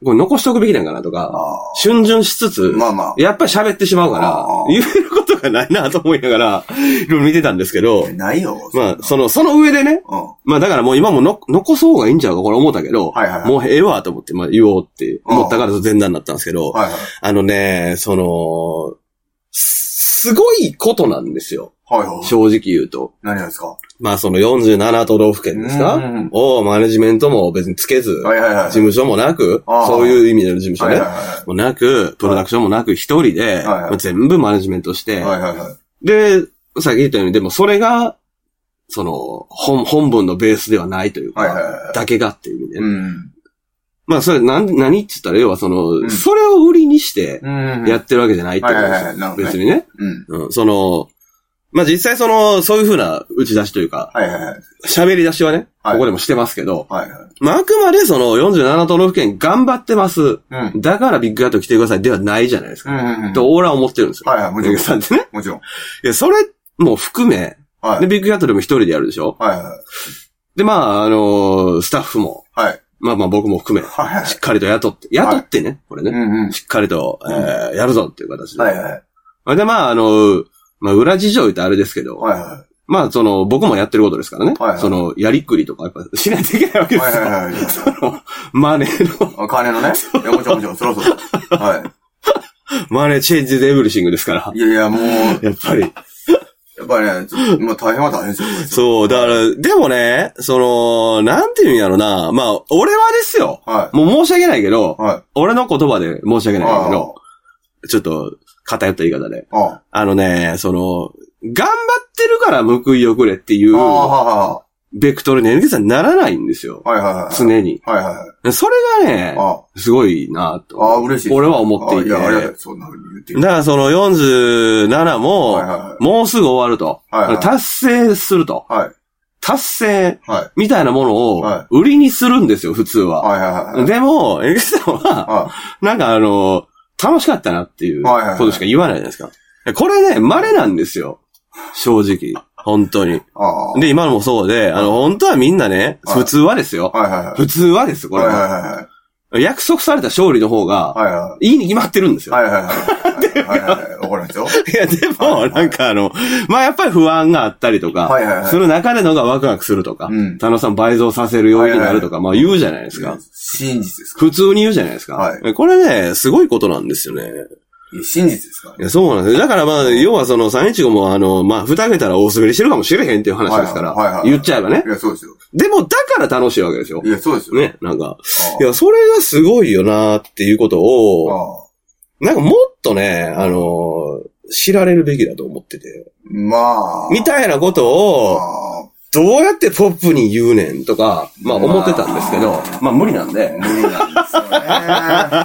[SPEAKER 2] これ残しとくべきなんかなとか、
[SPEAKER 3] あ
[SPEAKER 2] 逡巡しつ
[SPEAKER 3] あ、
[SPEAKER 2] つ、
[SPEAKER 3] まあまあ。
[SPEAKER 2] やっぱり喋ってしまうから
[SPEAKER 3] あ、ー
[SPEAKER 2] 言えることがないなと思いながら、いろいろ見てたんですけど、
[SPEAKER 3] ないよ。
[SPEAKER 2] まあ、その、その上でね、
[SPEAKER 3] うん。
[SPEAKER 2] まあだからもう今もの残そうがいいんちゃうか、これ思ったけど、
[SPEAKER 3] はいはいはい。
[SPEAKER 2] もうええわと思って、まあ言おうって思ったから前段になったんですけど、
[SPEAKER 3] はいはい。
[SPEAKER 2] あのね、その、すすごいことなんですよ。
[SPEAKER 3] はいはい。
[SPEAKER 2] 正直言うと。
[SPEAKER 3] 何がですか
[SPEAKER 2] まあその47都道府県です
[SPEAKER 3] うんうんう
[SPEAKER 2] か
[SPEAKER 3] ん
[SPEAKER 2] をマネジメントも別につけず、
[SPEAKER 3] はいはいはい。
[SPEAKER 2] 事務所もなく、
[SPEAKER 3] ああ
[SPEAKER 2] そういう意味での事務所
[SPEAKER 3] はい
[SPEAKER 2] ね
[SPEAKER 3] は。いは
[SPEAKER 2] もうなく、プロダクションもなく、一人で、
[SPEAKER 3] はいはい
[SPEAKER 2] まあ全部マネジメントして、
[SPEAKER 3] い。はいはいはい。
[SPEAKER 2] で、さっき言ったように、でもそれが、その、本、本文のベースではないというか、
[SPEAKER 3] はいはいはい
[SPEAKER 2] だけがっていう意味で。
[SPEAKER 3] うん。
[SPEAKER 2] まあそれ、なん、何って言ったら、要はその、
[SPEAKER 3] ん
[SPEAKER 2] それを売りにして、
[SPEAKER 3] うん。
[SPEAKER 2] やってるわけじゃないってこと
[SPEAKER 3] はい
[SPEAKER 2] で
[SPEAKER 3] はい
[SPEAKER 2] す
[SPEAKER 3] はいなるほどね
[SPEAKER 2] 別にね。
[SPEAKER 3] うん。
[SPEAKER 2] うん、その、まあ実際その、そういうふうな打ち出しというか、
[SPEAKER 3] はいはいはい。
[SPEAKER 2] 喋り出しはね、
[SPEAKER 3] はい
[SPEAKER 2] ここでもしてますけど、
[SPEAKER 3] はいはい。
[SPEAKER 2] まああくまでその47都道府県頑張ってます。
[SPEAKER 3] うん。
[SPEAKER 2] だからビッグガット来てくださいではないじゃないです
[SPEAKER 3] う
[SPEAKER 2] か。
[SPEAKER 3] んうんうん。
[SPEAKER 2] と、オーラは思ってるんですよ。
[SPEAKER 3] はいはい、も
[SPEAKER 2] ビ
[SPEAKER 3] ち
[SPEAKER 2] ッ
[SPEAKER 3] ろ
[SPEAKER 2] グ
[SPEAKER 3] ん。
[SPEAKER 2] さんってね。
[SPEAKER 3] もちろん。
[SPEAKER 2] いや、それも含め、
[SPEAKER 3] はい。
[SPEAKER 2] で、ビッグガットでも一人でやるでしょ
[SPEAKER 3] はいはい。
[SPEAKER 2] で、まあ、あのースタッフも、
[SPEAKER 3] はい。
[SPEAKER 2] まあまあ僕も含め、
[SPEAKER 3] はいはい。
[SPEAKER 2] しっかりと雇って、雇ってね、これ
[SPEAKER 3] う
[SPEAKER 2] ね、
[SPEAKER 3] んうん。
[SPEAKER 2] しっかりと、えーやるぞっていう形で。
[SPEAKER 3] はいはい。
[SPEAKER 2] で、まあ、あのーまあ、裏事情言ってあれですけど、
[SPEAKER 3] はいは
[SPEAKER 2] まあ、その、僕もやってることですからね。
[SPEAKER 3] はいはい
[SPEAKER 2] その、やりっくりとか、やっぱ、しないといけないわけ
[SPEAKER 3] い。
[SPEAKER 2] で
[SPEAKER 3] はい
[SPEAKER 2] すよ。
[SPEAKER 3] はいはい。
[SPEAKER 2] その、マネーの、
[SPEAKER 3] お金のね。いや、もちろんもちろん、そろそろ。は
[SPEAKER 2] マネーチェンジでエブリシングですから
[SPEAKER 3] い。。いやいや、もう、や
[SPEAKER 2] やっぱり。
[SPEAKER 3] っぱりね、ちょっと、まあ大変は大変ですよ。
[SPEAKER 2] そう、だから、でもね、その、なんていうんやろな。まあ、俺はですよ。
[SPEAKER 3] は
[SPEAKER 2] もう申し訳ないけど
[SPEAKER 3] い。、は
[SPEAKER 2] 俺の言葉で申し訳
[SPEAKER 3] い。
[SPEAKER 2] ないけ
[SPEAKER 3] あ
[SPEAKER 2] ど、ちょっと、偏った言い方で。
[SPEAKER 3] あ。あ
[SPEAKER 2] あのね、その、頑張ってるから報いをくれっていう、
[SPEAKER 3] あ。あ
[SPEAKER 2] ベクトルに NK さんならないんですよ。
[SPEAKER 3] あ。はいはいはい。
[SPEAKER 2] 常に。
[SPEAKER 3] はいはい。
[SPEAKER 2] それがね、
[SPEAKER 3] あ
[SPEAKER 2] すごいな
[SPEAKER 3] あ。あ
[SPEAKER 2] と。
[SPEAKER 3] あ、嬉しい。
[SPEAKER 2] 俺は思っていて。
[SPEAKER 3] ああいや、ありがたい
[SPEAKER 2] だ。
[SPEAKER 3] そんな風に言ってくれて
[SPEAKER 2] からその47
[SPEAKER 3] はい
[SPEAKER 2] も、
[SPEAKER 3] は
[SPEAKER 2] もうすぐ終わると。
[SPEAKER 3] はいはい
[SPEAKER 2] 達成すると。
[SPEAKER 3] い。はい。
[SPEAKER 2] 達成
[SPEAKER 3] はい。
[SPEAKER 2] みたいなものを
[SPEAKER 3] は
[SPEAKER 2] 売りにするんですよ、普通は。
[SPEAKER 3] はいはいはい。
[SPEAKER 2] でも、NK さんは、
[SPEAKER 3] は
[SPEAKER 2] なんかあの、楽しかったなっていう
[SPEAKER 3] はいはいはい
[SPEAKER 2] ことしか言わないじゃないですか。これね、稀なんですよ。正直。本当に
[SPEAKER 3] い。。ああ。
[SPEAKER 2] で、今のもそうで、あの、本当はみんなね、
[SPEAKER 3] はい
[SPEAKER 2] 普通はですよ。
[SPEAKER 3] はいはいはい。
[SPEAKER 2] 普通はです、これ
[SPEAKER 3] はい
[SPEAKER 2] は。
[SPEAKER 3] はいはい。
[SPEAKER 2] 約束された勝利の方が、
[SPEAKER 3] はいはい。
[SPEAKER 2] いいに決まってるんですよ。
[SPEAKER 3] はいはいはい。はいはい はい。わかりますよ。
[SPEAKER 2] いや、でも、なんかあの、まあやっぱり不安があったりとか
[SPEAKER 3] はいはいはい、
[SPEAKER 2] する中でのがワクワクするとか
[SPEAKER 3] うん、
[SPEAKER 2] 田野さん倍増させる要因になるとか、まあ言うじゃないですか。
[SPEAKER 3] 真実ですか
[SPEAKER 2] 普通に言うじゃないですか。
[SPEAKER 3] は
[SPEAKER 2] これね、すごいことなんですよね。
[SPEAKER 3] いや真実ですか
[SPEAKER 2] いや、そうなんですよ。だからまあ、要はその315もあの、まあ、蓋開けたら大滑りしてるかもしれへんっていう話ですか
[SPEAKER 3] はいはいはい
[SPEAKER 2] ら、
[SPEAKER 3] はい
[SPEAKER 2] 言っちゃえばね
[SPEAKER 3] い。や、そうですよ。
[SPEAKER 2] でも、だから楽しいわけですよ
[SPEAKER 3] い。や、そうですよ。
[SPEAKER 2] ね、なんか。
[SPEAKER 3] ああ
[SPEAKER 2] いや、それがすごいよなっていうことを、
[SPEAKER 3] ああ
[SPEAKER 2] なんかもっとね、あのー、知られるべきだと思ってて。
[SPEAKER 3] まあ。
[SPEAKER 2] みたいなこと
[SPEAKER 3] あ
[SPEAKER 2] を、
[SPEAKER 3] あ
[SPEAKER 2] どうやってポップに言うねんとか、まあ
[SPEAKER 3] まあ
[SPEAKER 2] 思ってたんですけど、まあ無理なんで、
[SPEAKER 3] 無理なん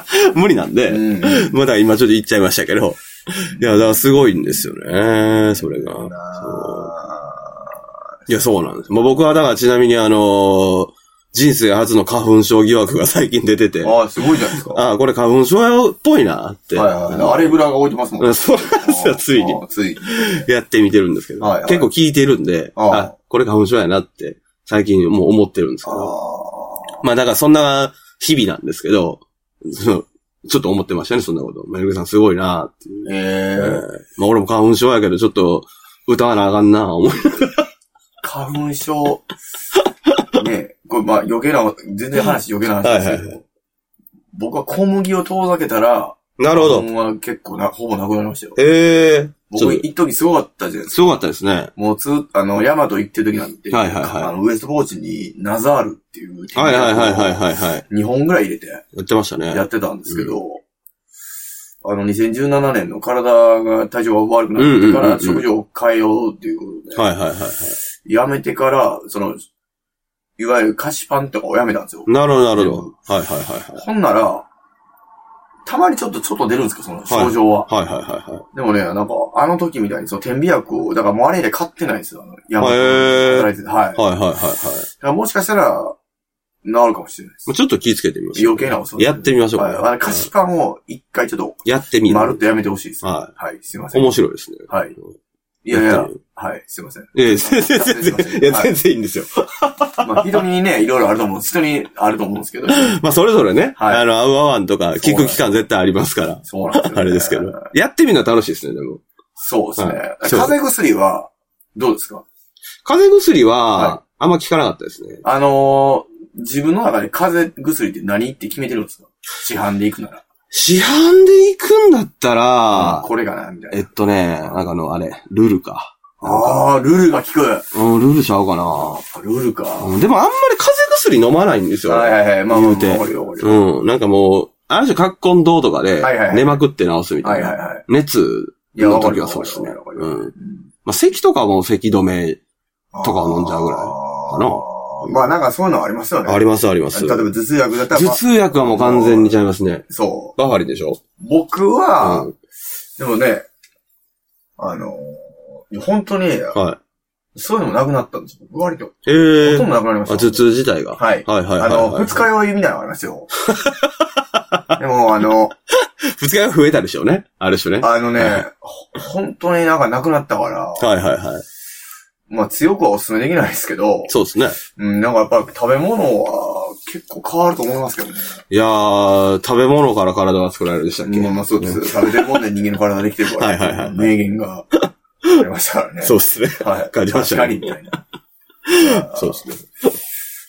[SPEAKER 3] ですよ
[SPEAKER 2] 無理なんで、
[SPEAKER 3] ね。うん。
[SPEAKER 2] まだ今ちょっと言っちゃいましたけど、いや、だからすごいんですよね、それが。そういや、そうなんです。まあ、僕は、だからちなみにあのー人生初の花粉症疑惑が最近出てて、
[SPEAKER 3] ああ、すごいじゃないですか。は
[SPEAKER 2] ああ、これ花粉症っぽいなって、
[SPEAKER 3] いはい。あれぐらいが置いてますもん。
[SPEAKER 2] そうなんですよついに
[SPEAKER 3] ああ。ついに。
[SPEAKER 2] やってみてるんですけど、
[SPEAKER 3] はいはい
[SPEAKER 2] 結構聞いてるんで、
[SPEAKER 3] ああ
[SPEAKER 2] あ、これ花粉症やなって、最近もう思ってるんですけ
[SPEAKER 3] あ
[SPEAKER 2] ど、
[SPEAKER 3] あ。
[SPEAKER 2] まあ、だからそんな日々なんですけど、そのちょっと思ってましたね、そんなこと。まゆるさんすごいなっていう。
[SPEAKER 3] え
[SPEAKER 2] え
[SPEAKER 3] え。
[SPEAKER 2] ーまあ、俺も花粉症やけど、ちょっと、歌わなあかんな、思い。
[SPEAKER 3] 花粉症。 ねえこれまあ余計な、全然話余計な話ですけど。
[SPEAKER 2] はいはい
[SPEAKER 3] 僕は小麦を遠ざけたら、
[SPEAKER 2] なるほど。
[SPEAKER 3] 花粉は結構な、ほぼなくなりましたよ。
[SPEAKER 2] ええちょ
[SPEAKER 3] 僕、
[SPEAKER 2] っと
[SPEAKER 3] 一時すごかったじゃないですか。
[SPEAKER 2] すごかったですね。
[SPEAKER 3] もうずっと、あの、ヤマト行ってる時なんて、
[SPEAKER 2] はいはいはい
[SPEAKER 3] あの、ウエストポーチにナザールっていう、
[SPEAKER 2] はいはいはいはいはいはい。
[SPEAKER 3] 2本ぐらい入れて
[SPEAKER 2] やってましたね。
[SPEAKER 3] やってたんですけど、あの、2017年の体が体調が悪くなってか
[SPEAKER 2] うんうんうんうん
[SPEAKER 3] ら、食事を変えようっていうことで、
[SPEAKER 2] はいはいはいはい。
[SPEAKER 3] やめてから、その、いわゆる菓子パンとかをやめたんですよ。
[SPEAKER 2] なるほどなるほど。はいはいはいはい。
[SPEAKER 3] ほんなら、たまにちょっと、ちょっと出るんですか、その症状は。
[SPEAKER 2] はいはいはいは
[SPEAKER 3] でもね、なんか、あの時みたいに、その、天秤薬を、だからもうあれ以来買ってないんですよ、あの、ヤマト
[SPEAKER 2] へー
[SPEAKER 3] 働いてては
[SPEAKER 2] い。
[SPEAKER 3] い。
[SPEAKER 2] はいはいはいはい。
[SPEAKER 3] だからもしかしたら、なるかもしれないです
[SPEAKER 2] もう。ちょっと気ぃつけてみます。
[SPEAKER 3] 余計なお世話
[SPEAKER 2] やってみましょうか
[SPEAKER 3] はい、あの菓子パンを一回ちょっと、
[SPEAKER 2] やってみる。
[SPEAKER 3] まるっとやめてほしいです。。
[SPEAKER 2] はい
[SPEAKER 3] はい、すいません。
[SPEAKER 2] 面白いですね。
[SPEAKER 3] はい。いやい
[SPEAKER 2] やっ
[SPEAKER 3] や
[SPEAKER 2] てみる、
[SPEAKER 3] はい、すいません。
[SPEAKER 2] ええ、全然全然、いや全然いいんですよ。
[SPEAKER 3] まあ、人にね、いろいろあると思うんです。人にあると思うんで すけど。
[SPEAKER 2] まあそれぞれね、
[SPEAKER 3] はい
[SPEAKER 2] あの、合う合わんとか、聞く期間絶対ありますから。
[SPEAKER 3] そうなんですよ、
[SPEAKER 2] あれですけど。やってみるのは楽しいですね、でも。
[SPEAKER 3] そうですね。
[SPEAKER 2] はい
[SPEAKER 3] 風邪薬は、どうですか
[SPEAKER 2] 風邪薬は
[SPEAKER 3] は、
[SPEAKER 2] あんま効かなかったですね。
[SPEAKER 3] あのー、自分の中で風邪薬って何って決めてるんですか市販で行くなら。
[SPEAKER 2] 市販で行くんだったら、
[SPEAKER 3] これかなみたい
[SPEAKER 2] え
[SPEAKER 3] な
[SPEAKER 2] っ。とね、なんかあの、あれ、ルルか。
[SPEAKER 3] ああ、ルールが効く。
[SPEAKER 2] うん、ルールちゃうかな。
[SPEAKER 3] あルールか。は
[SPEAKER 2] うんでもあんまり風邪薬飲まないんです
[SPEAKER 3] い
[SPEAKER 2] よ。
[SPEAKER 3] はいはい。まあま
[SPEAKER 2] 言
[SPEAKER 3] あ、
[SPEAKER 2] うて
[SPEAKER 3] わかるよわかるよ
[SPEAKER 2] うん。なんかもう、ある種、カッコン堂とかで
[SPEAKER 3] はいはいは、い
[SPEAKER 2] 寝まくって治すみた
[SPEAKER 3] はいい
[SPEAKER 2] な。
[SPEAKER 3] はいはい。
[SPEAKER 2] 熱
[SPEAKER 3] いや、
[SPEAKER 2] の
[SPEAKER 3] わかる
[SPEAKER 2] 時
[SPEAKER 3] よ
[SPEAKER 2] はそうですね
[SPEAKER 3] わか。るよわ
[SPEAKER 2] う
[SPEAKER 3] かる
[SPEAKER 2] ん。
[SPEAKER 3] よ
[SPEAKER 2] まあ、咳とかも咳止め。とかを飲んじゃうぐらい
[SPEAKER 3] いまあなんかそういうのありますよね。
[SPEAKER 2] ありますあります。
[SPEAKER 3] 例えば頭
[SPEAKER 2] 頭
[SPEAKER 3] 痛薬だったら、まあ
[SPEAKER 2] 痛薬はもう完全にちゃいますね。
[SPEAKER 3] そ
[SPEAKER 2] バファリンでしょ
[SPEAKER 3] う。僕は、
[SPEAKER 2] うん。
[SPEAKER 3] でもね、あのー、本当に、
[SPEAKER 2] は
[SPEAKER 3] そういうのもなくなったんですよ。僕割と。ほ
[SPEAKER 2] い。ええ
[SPEAKER 3] とんどなくなりました。
[SPEAKER 2] あ、頭痛自体が。
[SPEAKER 3] はい
[SPEAKER 2] はいはいは
[SPEAKER 3] あ
[SPEAKER 2] いはい。
[SPEAKER 3] の、二日酔いみたいなのありま すよ。でも、あの、
[SPEAKER 2] 二日が増えたでしょうね。ある種ね。は
[SPEAKER 3] あのね、ほ本当になんかなくなったから、
[SPEAKER 2] いはいはい。
[SPEAKER 3] まあ強くはお勧めできないですけど、
[SPEAKER 2] そうですね。
[SPEAKER 3] うん、なんかやっぱり食べ物は結構変わると思いますけどね。
[SPEAKER 2] いやー、食べ物から体が作られるでしたっけ
[SPEAKER 3] まあまあそうです。食べてるもんで人間の体できてるから。
[SPEAKER 2] はいはいはい
[SPEAKER 3] 名言がありましたからね。
[SPEAKER 2] そう ですね。
[SPEAKER 3] はい。
[SPEAKER 2] 感じましたね
[SPEAKER 3] 確かに、みたいな。
[SPEAKER 2] そうですね。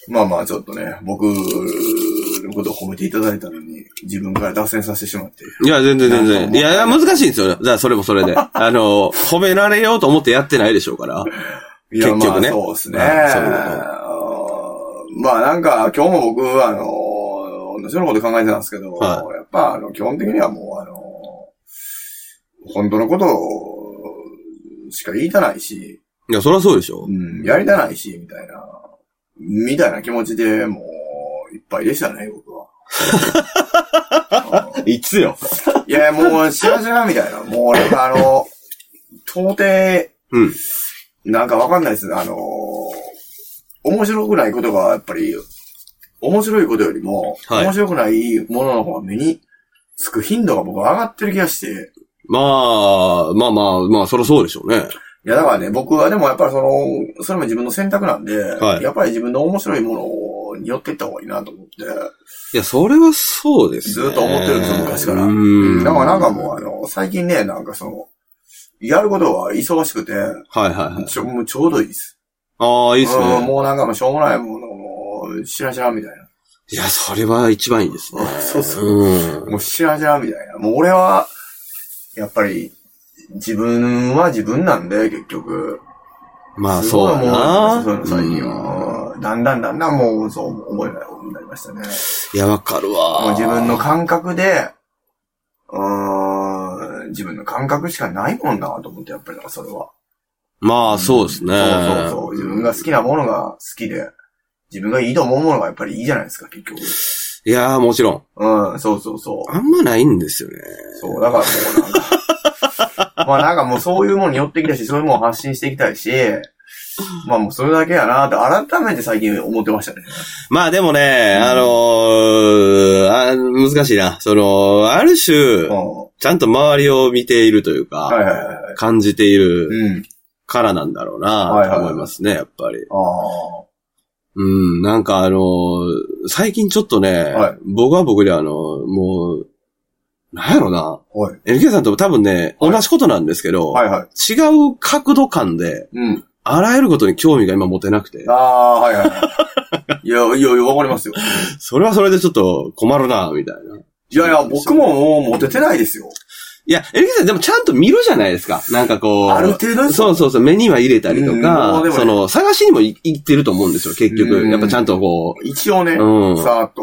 [SPEAKER 3] まあまあ、ちょっとね、僕のことを褒めていただいたのに、自分から脱線させてしまって。
[SPEAKER 2] いや、全然全
[SPEAKER 3] なんか
[SPEAKER 2] 然。
[SPEAKER 3] もう
[SPEAKER 2] いやいや、難しいんですよ。じゃあ、それもそ れで。あの、褒められようと思ってやってないでしょうから。
[SPEAKER 3] いや
[SPEAKER 2] 結局ね
[SPEAKER 3] まあ、そうですね。
[SPEAKER 2] はいそう
[SPEAKER 3] まあなんか、今日も僕、あの、同じようなこと考えてたんですけど、
[SPEAKER 2] は
[SPEAKER 3] やっぱ、あの、基本的にはもう、あの、本当のことしか言いたないし、
[SPEAKER 2] いや、そりゃそうでしょ
[SPEAKER 3] う。ん、やりたないし、みたいな、みたいな気持ちでもう、いっぱいでしたね、僕は。
[SPEAKER 2] いつよ。
[SPEAKER 3] いや、もう、しらじらみたいな。もう、なんかあの、到底、
[SPEAKER 2] うん。
[SPEAKER 3] なんかわかんないですね。あの、面白くないことが、やっぱり、面白いことよりも、
[SPEAKER 2] はい
[SPEAKER 3] 面白くないものの方が目につく頻度が僕は上がってる気がして、
[SPEAKER 2] まあ、まあまあ、まあ、そりゃそうでしょうね。
[SPEAKER 3] いや、だからね、僕はでもやっぱりその、それも自分の選択なんで、
[SPEAKER 2] はい
[SPEAKER 3] やっぱり自分の面白いものに寄っていった方がいいなと思って、
[SPEAKER 2] いや、それはそうですね。
[SPEAKER 3] ずっと思ってるんですよ昔から
[SPEAKER 2] うん。
[SPEAKER 3] だからなんかもうあの、最近ね、なんかその、やることは忙しくて、
[SPEAKER 2] はいはいはい。
[SPEAKER 3] ちょもうちょうどいいです。
[SPEAKER 2] ああ、いいっす
[SPEAKER 3] うん
[SPEAKER 2] ね。
[SPEAKER 3] もうなんかもうしょうもないものもう、しらしらみたい
[SPEAKER 2] いや、それは一番いいですね
[SPEAKER 3] な。。そうそう。
[SPEAKER 2] うん。
[SPEAKER 3] もうしらしらみたいな。もう俺は、やっぱり、自分は自分なんで、結局。
[SPEAKER 2] まあ、
[SPEAKER 3] すご
[SPEAKER 2] そう
[SPEAKER 3] い
[SPEAKER 2] だ
[SPEAKER 3] 思わ
[SPEAKER 2] な。
[SPEAKER 3] れてますそういうの最近
[SPEAKER 2] うん
[SPEAKER 3] は。だんだんだんだんもうそう思えないようになりましたね。
[SPEAKER 2] いや、わかるわ。
[SPEAKER 3] もう自分の感覚で、うーん、自分の感覚しかないもんなと思って、やっぱりだからそれは。
[SPEAKER 2] まあ、そうですね。
[SPEAKER 3] そうそうそう。自分が好きなものが好きで、自分がいいと思うものがやっぱりいいじゃないですか、結局。
[SPEAKER 2] いやー、もちろん。
[SPEAKER 3] うん、そうそうそう。
[SPEAKER 2] あんまないんですよね。
[SPEAKER 3] そう、だからもうなんか、ま あなんかもうそういうものに寄ってきたし、そういうものを発信していきたいし、まあもうそれだけやなって改めて最近思ってましたね。
[SPEAKER 2] まあでもね、あのーあ、難しいな。その、ある種
[SPEAKER 3] う、ん。
[SPEAKER 2] ちゃんと周りを見ているというか、
[SPEAKER 3] はいはいはい。
[SPEAKER 2] 感じている
[SPEAKER 3] うん。
[SPEAKER 2] からなんだろうな、
[SPEAKER 3] はい
[SPEAKER 2] と
[SPEAKER 3] はいはい
[SPEAKER 2] 思いますね、やっぱり。
[SPEAKER 3] ああ。
[SPEAKER 2] うん、なんかあのー最近ちょっとね、
[SPEAKER 3] はい
[SPEAKER 2] 僕は僕であのーもう、なんやろな。
[SPEAKER 3] はい。
[SPEAKER 2] NK さんとも多分ね、
[SPEAKER 3] はい
[SPEAKER 2] 同じことなんですけど、
[SPEAKER 3] はいはい。
[SPEAKER 2] 違う角度感で、
[SPEAKER 3] うん。
[SPEAKER 2] あらゆることに興味が今持てなくて
[SPEAKER 3] あ、あ、はいはいはい。いや、いや、いや、わかりますよ。
[SPEAKER 2] それはそれでちょっと困るな、みたいな。
[SPEAKER 3] いやいや、僕ももうモテてないですよ。
[SPEAKER 2] いや、エリケさんでもちゃんと見るじゃないですか。なんかこう。
[SPEAKER 3] ある程度ですよ
[SPEAKER 2] そうそうそう、目には入れたりと
[SPEAKER 3] うんも
[SPEAKER 2] か、
[SPEAKER 3] うでもね
[SPEAKER 2] その、探しにもい行ってると思うんですよ、結局。
[SPEAKER 3] うん
[SPEAKER 2] やっぱちゃんとこ
[SPEAKER 3] 一応ね、
[SPEAKER 2] う。うん。
[SPEAKER 3] さーっと。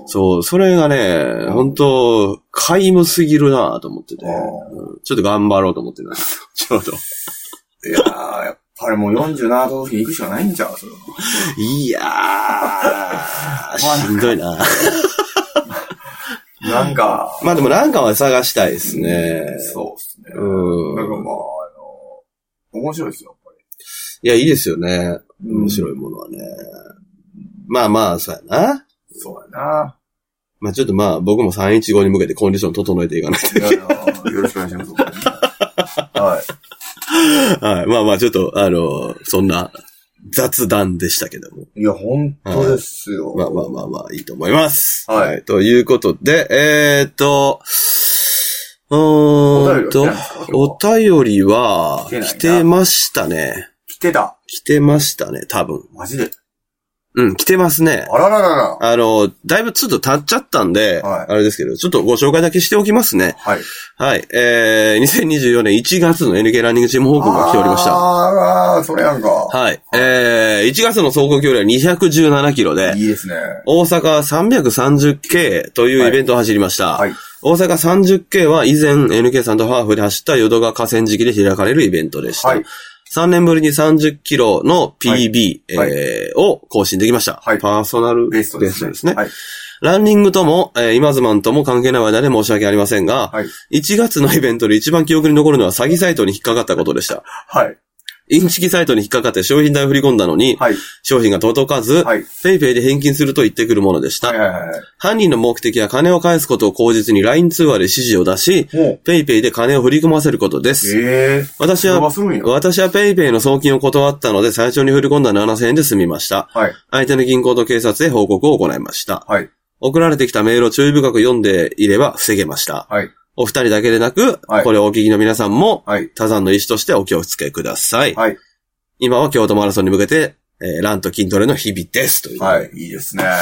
[SPEAKER 3] うん
[SPEAKER 2] そう、それがね、
[SPEAKER 3] ん
[SPEAKER 2] 本当皆無すぎるなと思ってて、
[SPEAKER 3] あー
[SPEAKER 2] うんちょっと頑張ろうと思ってたんですよ、 ちょうど。
[SPEAKER 3] いやー、やっぱりもう47都道府県行くしかないんじゃん、それは。
[SPEAKER 2] いやー、 しんどいな
[SPEAKER 3] なんか、
[SPEAKER 2] まあでもなんかは探したいですね。
[SPEAKER 3] そうですね。
[SPEAKER 2] う
[SPEAKER 3] なんか
[SPEAKER 2] ん。
[SPEAKER 3] まあ、あの、面白いですよ、やっ
[SPEAKER 2] いや、いいですよね。
[SPEAKER 3] ぱり。
[SPEAKER 2] 面白いものはね。まあまあ、そうやな。
[SPEAKER 3] そうやな。
[SPEAKER 2] まあちょっとまあ僕も315に向けてコンディション整えていかない
[SPEAKER 3] いやいやよろしくお願いします。 はい。
[SPEAKER 2] と。 はい。まあまあちょっと、あの、そんな雑談でしたけども。
[SPEAKER 3] いや、本当ですよ。
[SPEAKER 2] まあまあまあまあいいと思います。
[SPEAKER 3] はい
[SPEAKER 2] ということで、えーっと、うーんと、お
[SPEAKER 3] お
[SPEAKER 2] 便りは
[SPEAKER 3] 来てないな
[SPEAKER 2] 来てましたね。
[SPEAKER 3] 来てた。
[SPEAKER 2] 来てましたね、多分。
[SPEAKER 3] マジで。
[SPEAKER 2] うん、来てますね。
[SPEAKER 3] あらららら。
[SPEAKER 2] あの、だいぶちょっと経っちゃったんで、
[SPEAKER 3] はい
[SPEAKER 2] あれですけど、ちょっとご紹介だけしておきますね。
[SPEAKER 3] はい。
[SPEAKER 2] はい。えー、2024年1月の NK ランニングチーム報告が来ておりました。
[SPEAKER 3] ああ、それやんか。
[SPEAKER 2] はい。えー、1月の走行距離は217キロで、
[SPEAKER 3] いいですね。
[SPEAKER 2] 大阪 330K というイベントを走りました。
[SPEAKER 3] はい。
[SPEAKER 2] 大阪 30K は以前 NK さんとハーフで走った淀川河川敷で開かれるイベントでした。
[SPEAKER 3] はい。
[SPEAKER 2] 3年ぶりに30キロの PB、
[SPEAKER 3] はい
[SPEAKER 2] えーを更新できました。
[SPEAKER 3] はい
[SPEAKER 2] パーソナル
[SPEAKER 3] ベストですね。
[SPEAKER 2] ベストですね。
[SPEAKER 3] はい。
[SPEAKER 2] ランニングとも、えー、今ズマンとも関係ない話題で申し訳ありませんが、
[SPEAKER 3] はい。
[SPEAKER 2] 1月のイベントで一番記憶に残るのは詐欺サイトに引っかかったことでした。
[SPEAKER 3] はい。
[SPEAKER 2] インチキサイトに引っかかって商品代を振り込んだのに、
[SPEAKER 3] はい。
[SPEAKER 2] 商品が届かず、
[SPEAKER 3] はい。
[SPEAKER 2] ペイペイで返金すると言ってくるものでした。
[SPEAKER 3] はい。は
[SPEAKER 2] 犯人の目的は金を返すことを口実に LINE 通話で指示を出し、
[SPEAKER 3] い。もう。
[SPEAKER 2] ペイペイで金を振り込ませることです。
[SPEAKER 3] ええ。
[SPEAKER 2] 私
[SPEAKER 3] 伸ば
[SPEAKER 2] は、
[SPEAKER 3] すんや。は
[SPEAKER 2] 私はペイペイの送金を断ったので最初に振り込んだ7000円で済みました。
[SPEAKER 3] い。
[SPEAKER 2] 相手の銀行と警察へ報告を行いました。
[SPEAKER 3] はい。
[SPEAKER 2] 送られてきたメールを注意深く読んでいれば防げました。
[SPEAKER 3] はい。
[SPEAKER 2] お二人だけでなく、
[SPEAKER 3] はい
[SPEAKER 2] これをお聞きの皆さんも、
[SPEAKER 3] はい。
[SPEAKER 2] 他山の意思としてお気をつけください。
[SPEAKER 3] はい。
[SPEAKER 2] 今は京都マラソンに向けて、えーランと筋トレの日々です。という。
[SPEAKER 3] はい。いいですね。あ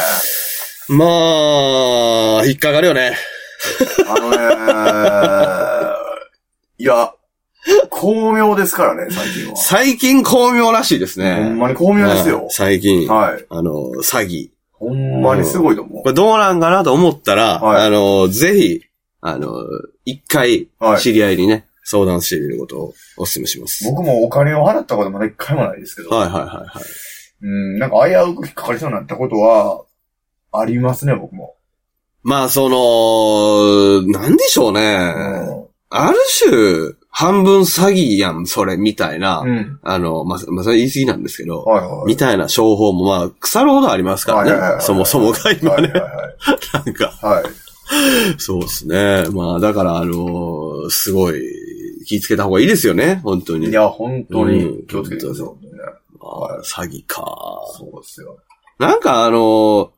[SPEAKER 2] まあ、引っかかるよね。
[SPEAKER 3] のね。いや、巧妙ですからね、最近は。
[SPEAKER 2] 最近巧妙らしいですね。
[SPEAKER 3] ほんまに巧妙です
[SPEAKER 2] はい。
[SPEAKER 3] よ
[SPEAKER 2] 最近、
[SPEAKER 3] はい。
[SPEAKER 2] あの、詐欺。
[SPEAKER 3] ほんまにすごいと思
[SPEAKER 2] これどうなんかなと思ったら、
[SPEAKER 3] はい
[SPEAKER 2] あの、ぜひ、あの、一回
[SPEAKER 3] う。、はい。
[SPEAKER 2] 知り合いにね、相談してみることをお勧めします。
[SPEAKER 3] 僕もお金を払ったことまだ一回もないですけど。
[SPEAKER 2] はいはいはいはい。
[SPEAKER 3] うん、なんか危うく引っかかりそうになったことは、ありますね、僕も。
[SPEAKER 2] まあ、その、なんでしょうね。ある種、半分詐欺やん、それ、みたいな。
[SPEAKER 3] うん。うん。
[SPEAKER 2] あの、まあ、まあ、それ言い過ぎなんですけど、
[SPEAKER 3] はいはい。
[SPEAKER 2] みたいな商法も、まあ、腐るほどありますか
[SPEAKER 3] はいはい
[SPEAKER 2] ら
[SPEAKER 3] は
[SPEAKER 2] ね。
[SPEAKER 3] い
[SPEAKER 2] そもそもが今ね
[SPEAKER 3] は、いはいはい
[SPEAKER 2] なんか。
[SPEAKER 3] はい。
[SPEAKER 2] そうですね。まあ、だから、あのすごい、気ぃつけた方がいいですよね、本当に。
[SPEAKER 3] いや、本当
[SPEAKER 2] うん
[SPEAKER 3] に気をつけてください。
[SPEAKER 2] 本
[SPEAKER 3] 本当にね
[SPEAKER 2] あー詐欺か。
[SPEAKER 3] そうですよ。
[SPEAKER 2] なんか、あの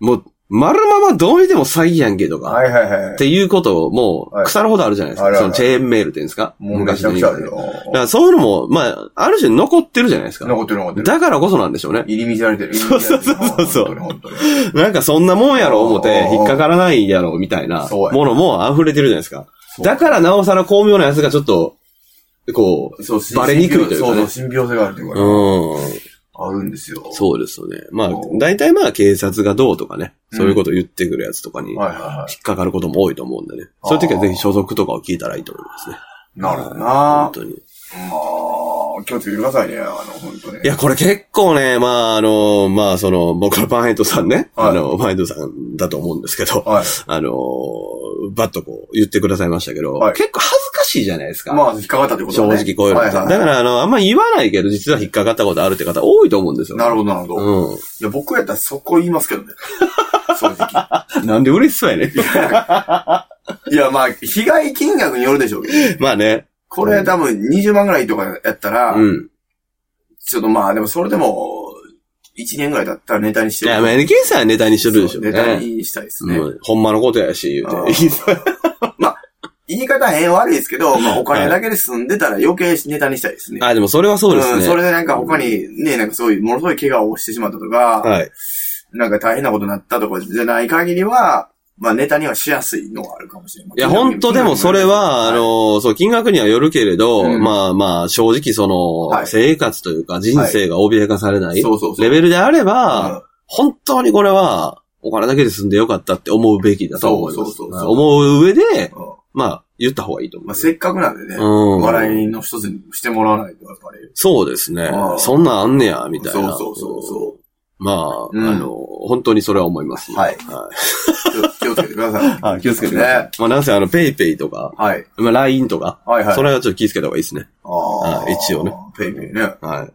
[SPEAKER 2] もう、丸ままどう見ても詐欺やんけとか。
[SPEAKER 3] はいはいはい
[SPEAKER 2] っ。ていうことを、も
[SPEAKER 3] は
[SPEAKER 2] う、
[SPEAKER 3] い
[SPEAKER 2] 腐るほどあるじゃないですか。
[SPEAKER 3] あるある
[SPEAKER 2] そのチェーンメールっていうんですか
[SPEAKER 3] もうめちゃくちゃある
[SPEAKER 2] 昔の
[SPEAKER 3] よ
[SPEAKER 2] 日本で。だからそういうのも、まあ、ある種残ってるじゃないですか。
[SPEAKER 3] 残ってる残ってる。
[SPEAKER 2] だからこそなんでしょうね。
[SPEAKER 3] 入り乱れてる。
[SPEAKER 2] そうそうそうそうそう
[SPEAKER 3] 入り乱れてる本当に本
[SPEAKER 2] なんかそんなもんやろ思っ
[SPEAKER 3] あ
[SPEAKER 2] て
[SPEAKER 3] ー
[SPEAKER 2] 引っかからないやろみたいな
[SPEAKER 3] そうや
[SPEAKER 2] ものも溢れてるじゃないですか。
[SPEAKER 3] そう
[SPEAKER 2] だからなおさら巧妙なやつがちょっと、こ
[SPEAKER 3] 当にそう、
[SPEAKER 2] バレにくいというかね
[SPEAKER 3] そうそう、信憑性があるという
[SPEAKER 2] う、
[SPEAKER 3] かね、
[SPEAKER 2] うん。
[SPEAKER 3] あるんですよ。
[SPEAKER 2] そうですよね。まあ
[SPEAKER 3] あー、
[SPEAKER 2] 大体まあ警察がどうとかね、そういうことを言ってくるやつとかに引っ
[SPEAKER 3] はいはいはい。
[SPEAKER 2] かかることも多いと思うんでね。そういう時はぜひ所属とかを聞いたらいいと思いますね。
[SPEAKER 3] なるほど
[SPEAKER 2] 本
[SPEAKER 3] なま
[SPEAKER 2] 当に。
[SPEAKER 3] あ、気をつけてくださいね、あの、本当に。
[SPEAKER 2] いや、これ結構ね、まあ、あの、まあ、その、僕はパンヘッドさんね、
[SPEAKER 3] はい
[SPEAKER 2] あの、パンヘッドさんだと思うんですけど、
[SPEAKER 3] はい。
[SPEAKER 2] あの、バッとこう言ってくださいましたけど、
[SPEAKER 3] はい
[SPEAKER 2] 結構恥ずかしいじゃないですか。
[SPEAKER 3] まあ、引っかかったってこと
[SPEAKER 2] 正
[SPEAKER 3] だね。
[SPEAKER 2] 直こういうの、
[SPEAKER 3] はいはいはい
[SPEAKER 2] だから、あの、あんま言わないけど、実は引っかかったことあるって方多いと思うんですよ。
[SPEAKER 3] なるほど、なるほど。い
[SPEAKER 2] ど。
[SPEAKER 3] や、僕やったらそこ言います けどね。正直。
[SPEAKER 2] うん。なんで嬉し そうやね。
[SPEAKER 3] いや、まあ、被害金額によるでしょうけど。
[SPEAKER 2] まあね。
[SPEAKER 3] これ多分20万ぐらいとかやったら、
[SPEAKER 2] うん。
[SPEAKER 3] ちょっとまあ、でもそれでも、1年ぐらいだったらネタにし
[SPEAKER 2] い
[SPEAKER 3] て
[SPEAKER 2] や、まあ、NK さんはネタにし
[SPEAKER 3] そ
[SPEAKER 2] て
[SPEAKER 3] う
[SPEAKER 2] るでしょうね。
[SPEAKER 3] ネタにしたいですね。
[SPEAKER 2] うんほんまのことやし、言
[SPEAKER 3] あ
[SPEAKER 2] うて。
[SPEAKER 3] ーまあ、言い方変悪いですけど、まあ、お金だけで済んでたら余計ネタにしたいですね。
[SPEAKER 2] あ、でもそれはそうですね。
[SPEAKER 3] ん、それでなんか他にね、なんかそういう、ものすごい怪我をしてしまったとか、
[SPEAKER 2] はい。
[SPEAKER 3] なんか大変なことになったとかじゃない限りは、まあネタにはしやすいのはあるかもしれない。
[SPEAKER 2] いや、本当でもそれは、あ、の、そう、金額にはよるけれど、
[SPEAKER 3] うん
[SPEAKER 2] まあまあ、正直その、
[SPEAKER 3] はい
[SPEAKER 2] 生活というか人生が脅かされない
[SPEAKER 3] そうそうそう。
[SPEAKER 2] レベルであれ
[SPEAKER 3] う
[SPEAKER 2] ば、
[SPEAKER 3] ん
[SPEAKER 2] 本当にこれは、お金だけで済んでよかったって思うべきだと思います。
[SPEAKER 3] そうそうそう
[SPEAKER 2] う
[SPEAKER 3] そう
[SPEAKER 2] ん思う上で、
[SPEAKER 3] うん
[SPEAKER 2] まあ、言った方がいいと思う。
[SPEAKER 3] まあせっかくなんでね、
[SPEAKER 2] うん
[SPEAKER 3] 笑いの一つにしてもらわないと、やっぱり。
[SPEAKER 2] そうですね
[SPEAKER 3] う。ん
[SPEAKER 2] そんなんあんねや、みたいな。
[SPEAKER 3] そうそうそうそ
[SPEAKER 2] まあ、
[SPEAKER 3] うん
[SPEAKER 2] あの、本当にそれは思いますね、
[SPEAKER 3] はい気を気をつけてください。
[SPEAKER 2] はい。気をつけてください。
[SPEAKER 3] ね
[SPEAKER 2] まあ、なんせあの、ペイペイとか、
[SPEAKER 3] はい。
[SPEAKER 2] まあ、LINE とか、
[SPEAKER 3] はいはい。
[SPEAKER 2] それはちょっと気をつけた方がいいですね。
[SPEAKER 3] あ
[SPEAKER 2] はい一応ね。
[SPEAKER 3] ペイペイね。
[SPEAKER 2] はい。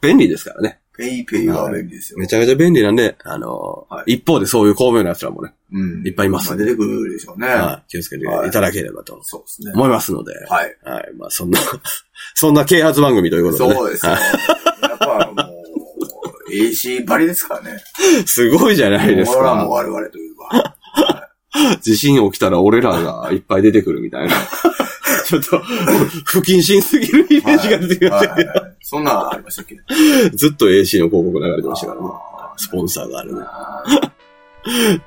[SPEAKER 2] 便利ですからね。
[SPEAKER 3] ペイペイは便利ですよ。
[SPEAKER 2] めちゃめちゃ便利なんで、あのー
[SPEAKER 3] は
[SPEAKER 2] 一方でそういう巧妙な奴らもね、
[SPEAKER 3] うん
[SPEAKER 2] いっぱいいます
[SPEAKER 3] 出てくるでしょうね。
[SPEAKER 2] はい、気をつけていただければと
[SPEAKER 3] そうですね。
[SPEAKER 2] 思いますので、
[SPEAKER 3] はい。
[SPEAKER 2] はい、まあそんな、 そんな啓発番組ということで、ね。
[SPEAKER 3] そうですよ。やっぱもう、AC ばりですからね。
[SPEAKER 2] すごいじゃないです
[SPEAKER 3] もう俺らも
[SPEAKER 2] か。
[SPEAKER 3] 我々という か。
[SPEAKER 2] 地震起きたら俺らがいっぱい出 てくるみたいな。ちょっと、不謹慎すぎるイメージが出てきましたけど。
[SPEAKER 3] はいはいはいそんなんありましたっけ
[SPEAKER 2] ずっと AC の広告流れてましたからね。スポンサーがあるね。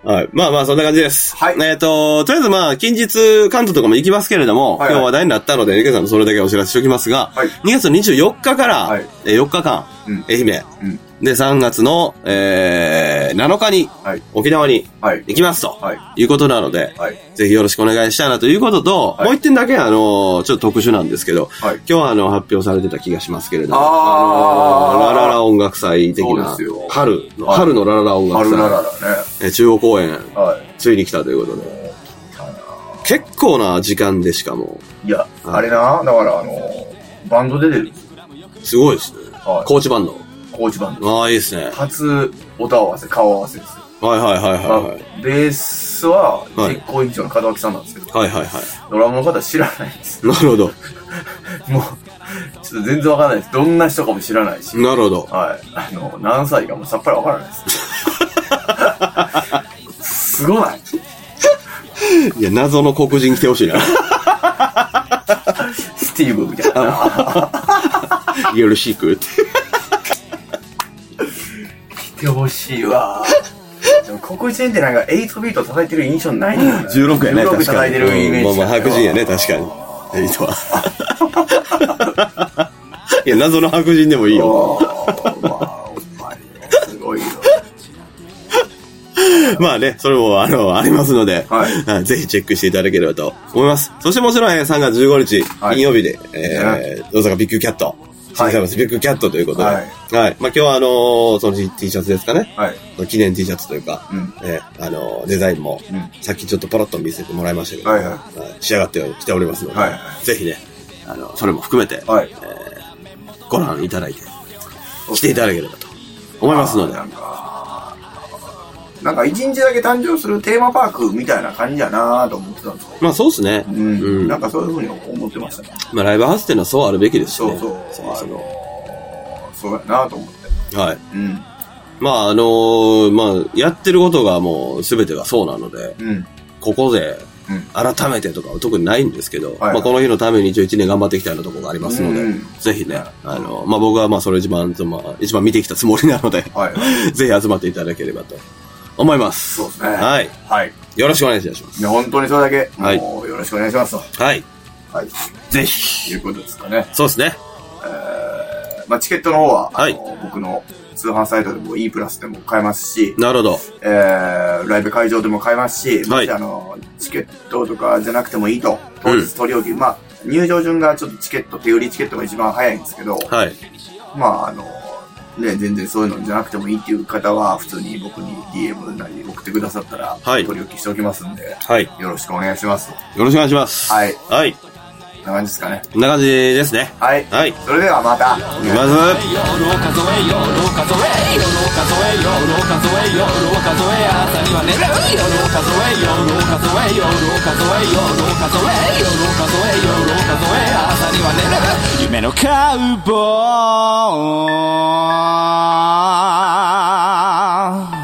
[SPEAKER 2] はい。まあまあ、そんな感じです。
[SPEAKER 3] はい
[SPEAKER 2] えっ、と、とりあえずまあ、近日、関東とかも行きますけれども、
[SPEAKER 3] はいはい
[SPEAKER 2] 今日話題になったので、ゆけさんのそれだけお知らせしておきますが、
[SPEAKER 3] はい
[SPEAKER 2] 2月24日から、
[SPEAKER 3] はい
[SPEAKER 2] えー4日間、
[SPEAKER 3] うん
[SPEAKER 2] 愛媛、
[SPEAKER 3] うん
[SPEAKER 2] で、3月の、えー7日に、
[SPEAKER 3] はい
[SPEAKER 2] 沖縄に
[SPEAKER 3] はい。
[SPEAKER 2] 行きますと、
[SPEAKER 3] はい。
[SPEAKER 2] い、うことなので、
[SPEAKER 3] はい。
[SPEAKER 2] ぜひよろしくお願いしたいなということと、
[SPEAKER 3] はい
[SPEAKER 2] もう一点だけ、あの、ちょっと特殊なんですけど、
[SPEAKER 3] はい。
[SPEAKER 2] 今日はあの、発表されてた気がしますけれども、
[SPEAKER 3] あー
[SPEAKER 2] のラララ音楽祭的
[SPEAKER 3] そ
[SPEAKER 2] な
[SPEAKER 3] うですよ、
[SPEAKER 2] 春の、
[SPEAKER 3] はい
[SPEAKER 2] 春のラララ音
[SPEAKER 3] あ
[SPEAKER 2] 楽
[SPEAKER 3] るな
[SPEAKER 2] 祭、
[SPEAKER 3] らだね。
[SPEAKER 2] え中央公演、
[SPEAKER 3] は
[SPEAKER 2] ついに来たということで、結構な時間でしかも、
[SPEAKER 3] い。いや、
[SPEAKER 2] はい
[SPEAKER 3] あれな、だからあの、バンド出てる。
[SPEAKER 2] すごいですね。
[SPEAKER 3] はい。
[SPEAKER 2] 高知バンド。
[SPEAKER 3] コーチバンド。
[SPEAKER 2] ああ、いいですね。
[SPEAKER 3] 初、音合わせ、顔合わせですよ。
[SPEAKER 2] はいはいはいはいはい。
[SPEAKER 3] あベースは、
[SPEAKER 2] はい
[SPEAKER 3] 実行委員長の門脇さんなんですけど、
[SPEAKER 2] はいはいはい。
[SPEAKER 3] ドラムの方は知らないです。
[SPEAKER 2] なるほど。
[SPEAKER 3] もう、ちょっと全然わからないです。どんな人かも知らないし。
[SPEAKER 2] なるほど。
[SPEAKER 3] はい。あの、何歳かもさっぱりわからないです。 すごない
[SPEAKER 2] いや、謎の黒人来てほ しいな。
[SPEAKER 3] スティーブみたいな。
[SPEAKER 2] よろしくって。
[SPEAKER 3] 来てほしいわ。でも黒人ってなんか8ビート叩いてる印象ないんだよね。
[SPEAKER 2] 16やね、
[SPEAKER 3] 16
[SPEAKER 2] 確か
[SPEAKER 3] 叩い
[SPEAKER 2] に。
[SPEAKER 3] てるイメー
[SPEAKER 2] ま
[SPEAKER 3] ジ。
[SPEAKER 2] あまあ、白人やね、確かに。エイトは。 いや、謎の白人でもいいよ。
[SPEAKER 3] まあ、お前すごいよ。
[SPEAKER 2] まあね、それも、あの、ありますので、
[SPEAKER 3] はい
[SPEAKER 2] はいぜひチェックしていただければと思います。そしてもちろん、えー3月15日、
[SPEAKER 3] はい
[SPEAKER 2] 金曜日で、えー、大阪ビッグキャット、新サービスビッグキャットということで、は
[SPEAKER 3] はい
[SPEAKER 2] い。まあ今日は、あのーその T- T シャツですかね、
[SPEAKER 3] はい。
[SPEAKER 2] 記念 T シャツというか、
[SPEAKER 3] うん。
[SPEAKER 2] えーあのーデザインも、
[SPEAKER 3] うん。
[SPEAKER 2] さっきちょっとポロッと見せてもらいましたけど、
[SPEAKER 3] はいはい
[SPEAKER 2] い仕上がってはきておりますので、
[SPEAKER 3] はいは
[SPEAKER 2] ぜひね、あの、それも含めて、
[SPEAKER 3] はい。
[SPEAKER 2] ご覧いただいて、来ていただければと思いますので
[SPEAKER 3] な、んか、なんか一日だけ誕生するテーマパークみたいな感じやなと思ってたんですよ。
[SPEAKER 2] まあそうですね。
[SPEAKER 3] うん。
[SPEAKER 2] うん
[SPEAKER 3] なんかそういうふうに思ってましたね。
[SPEAKER 2] まあライブハウスっていうのはそうあるべきですし
[SPEAKER 3] そ
[SPEAKER 2] ね。
[SPEAKER 3] うそう。
[SPEAKER 2] そもそも
[SPEAKER 3] あのそうやなと思って。
[SPEAKER 2] はい。
[SPEAKER 3] うん。
[SPEAKER 2] まああのーまあやってることがもう全てがそうなので、
[SPEAKER 3] うん。
[SPEAKER 2] ここで
[SPEAKER 3] うん
[SPEAKER 2] 改めてとかは特にないんですけど、
[SPEAKER 3] はい
[SPEAKER 2] まあこの日のために一応一年頑張っていきたいなところがありますので、
[SPEAKER 3] うん
[SPEAKER 2] ぜひね、あのーまあ僕はまあそれ一番、まあ一番見てきたつもりなので、
[SPEAKER 3] はい。
[SPEAKER 2] ぜひ集まっていただければと思います。
[SPEAKER 3] そうですね
[SPEAKER 2] はい。
[SPEAKER 3] はい。
[SPEAKER 2] よろしくお願いいたします。
[SPEAKER 3] ね、本当にそれだけ、
[SPEAKER 2] はい
[SPEAKER 3] もうよろしくお願いしますと。
[SPEAKER 2] はい。
[SPEAKER 3] はい。
[SPEAKER 2] ぜひ。
[SPEAKER 3] いうことですかね。
[SPEAKER 2] そうですね。
[SPEAKER 3] まあ、チケットの方は、
[SPEAKER 2] はい
[SPEAKER 3] あの僕の通販サイトでも E プラスでも買えますし、
[SPEAKER 2] なるほど。
[SPEAKER 3] えー、ライブ会場でも買えますし、
[SPEAKER 2] はい
[SPEAKER 3] もしあの、チケットとかじゃなくてもいいと、当日取り置き、まあ、入場順がちょっとチケット、手売りチケットが一番早いんですけど、
[SPEAKER 2] はい。
[SPEAKER 3] まあ、あの、ね、全然そういうのじゃなくてもいいっていう方は、普通に僕に DM なり送ってくださったら、
[SPEAKER 2] はい
[SPEAKER 3] 取り置きしておきますんで、
[SPEAKER 2] はい。よ
[SPEAKER 3] よろしくお願いします。
[SPEAKER 2] ろしくお願いします。
[SPEAKER 3] はい
[SPEAKER 2] はい。
[SPEAKER 3] こんな感じですかね。
[SPEAKER 2] こんな感じですね。
[SPEAKER 3] はい。
[SPEAKER 2] はい。いき
[SPEAKER 3] それではまた。
[SPEAKER 2] ます。
[SPEAKER 4] 夜を数え夜を数え夜を数え夜を数え朝には寝る夜を数え夜を数え夜を数え夜を数え夜を数え夜を数え朝には寝る夢のカウボーイ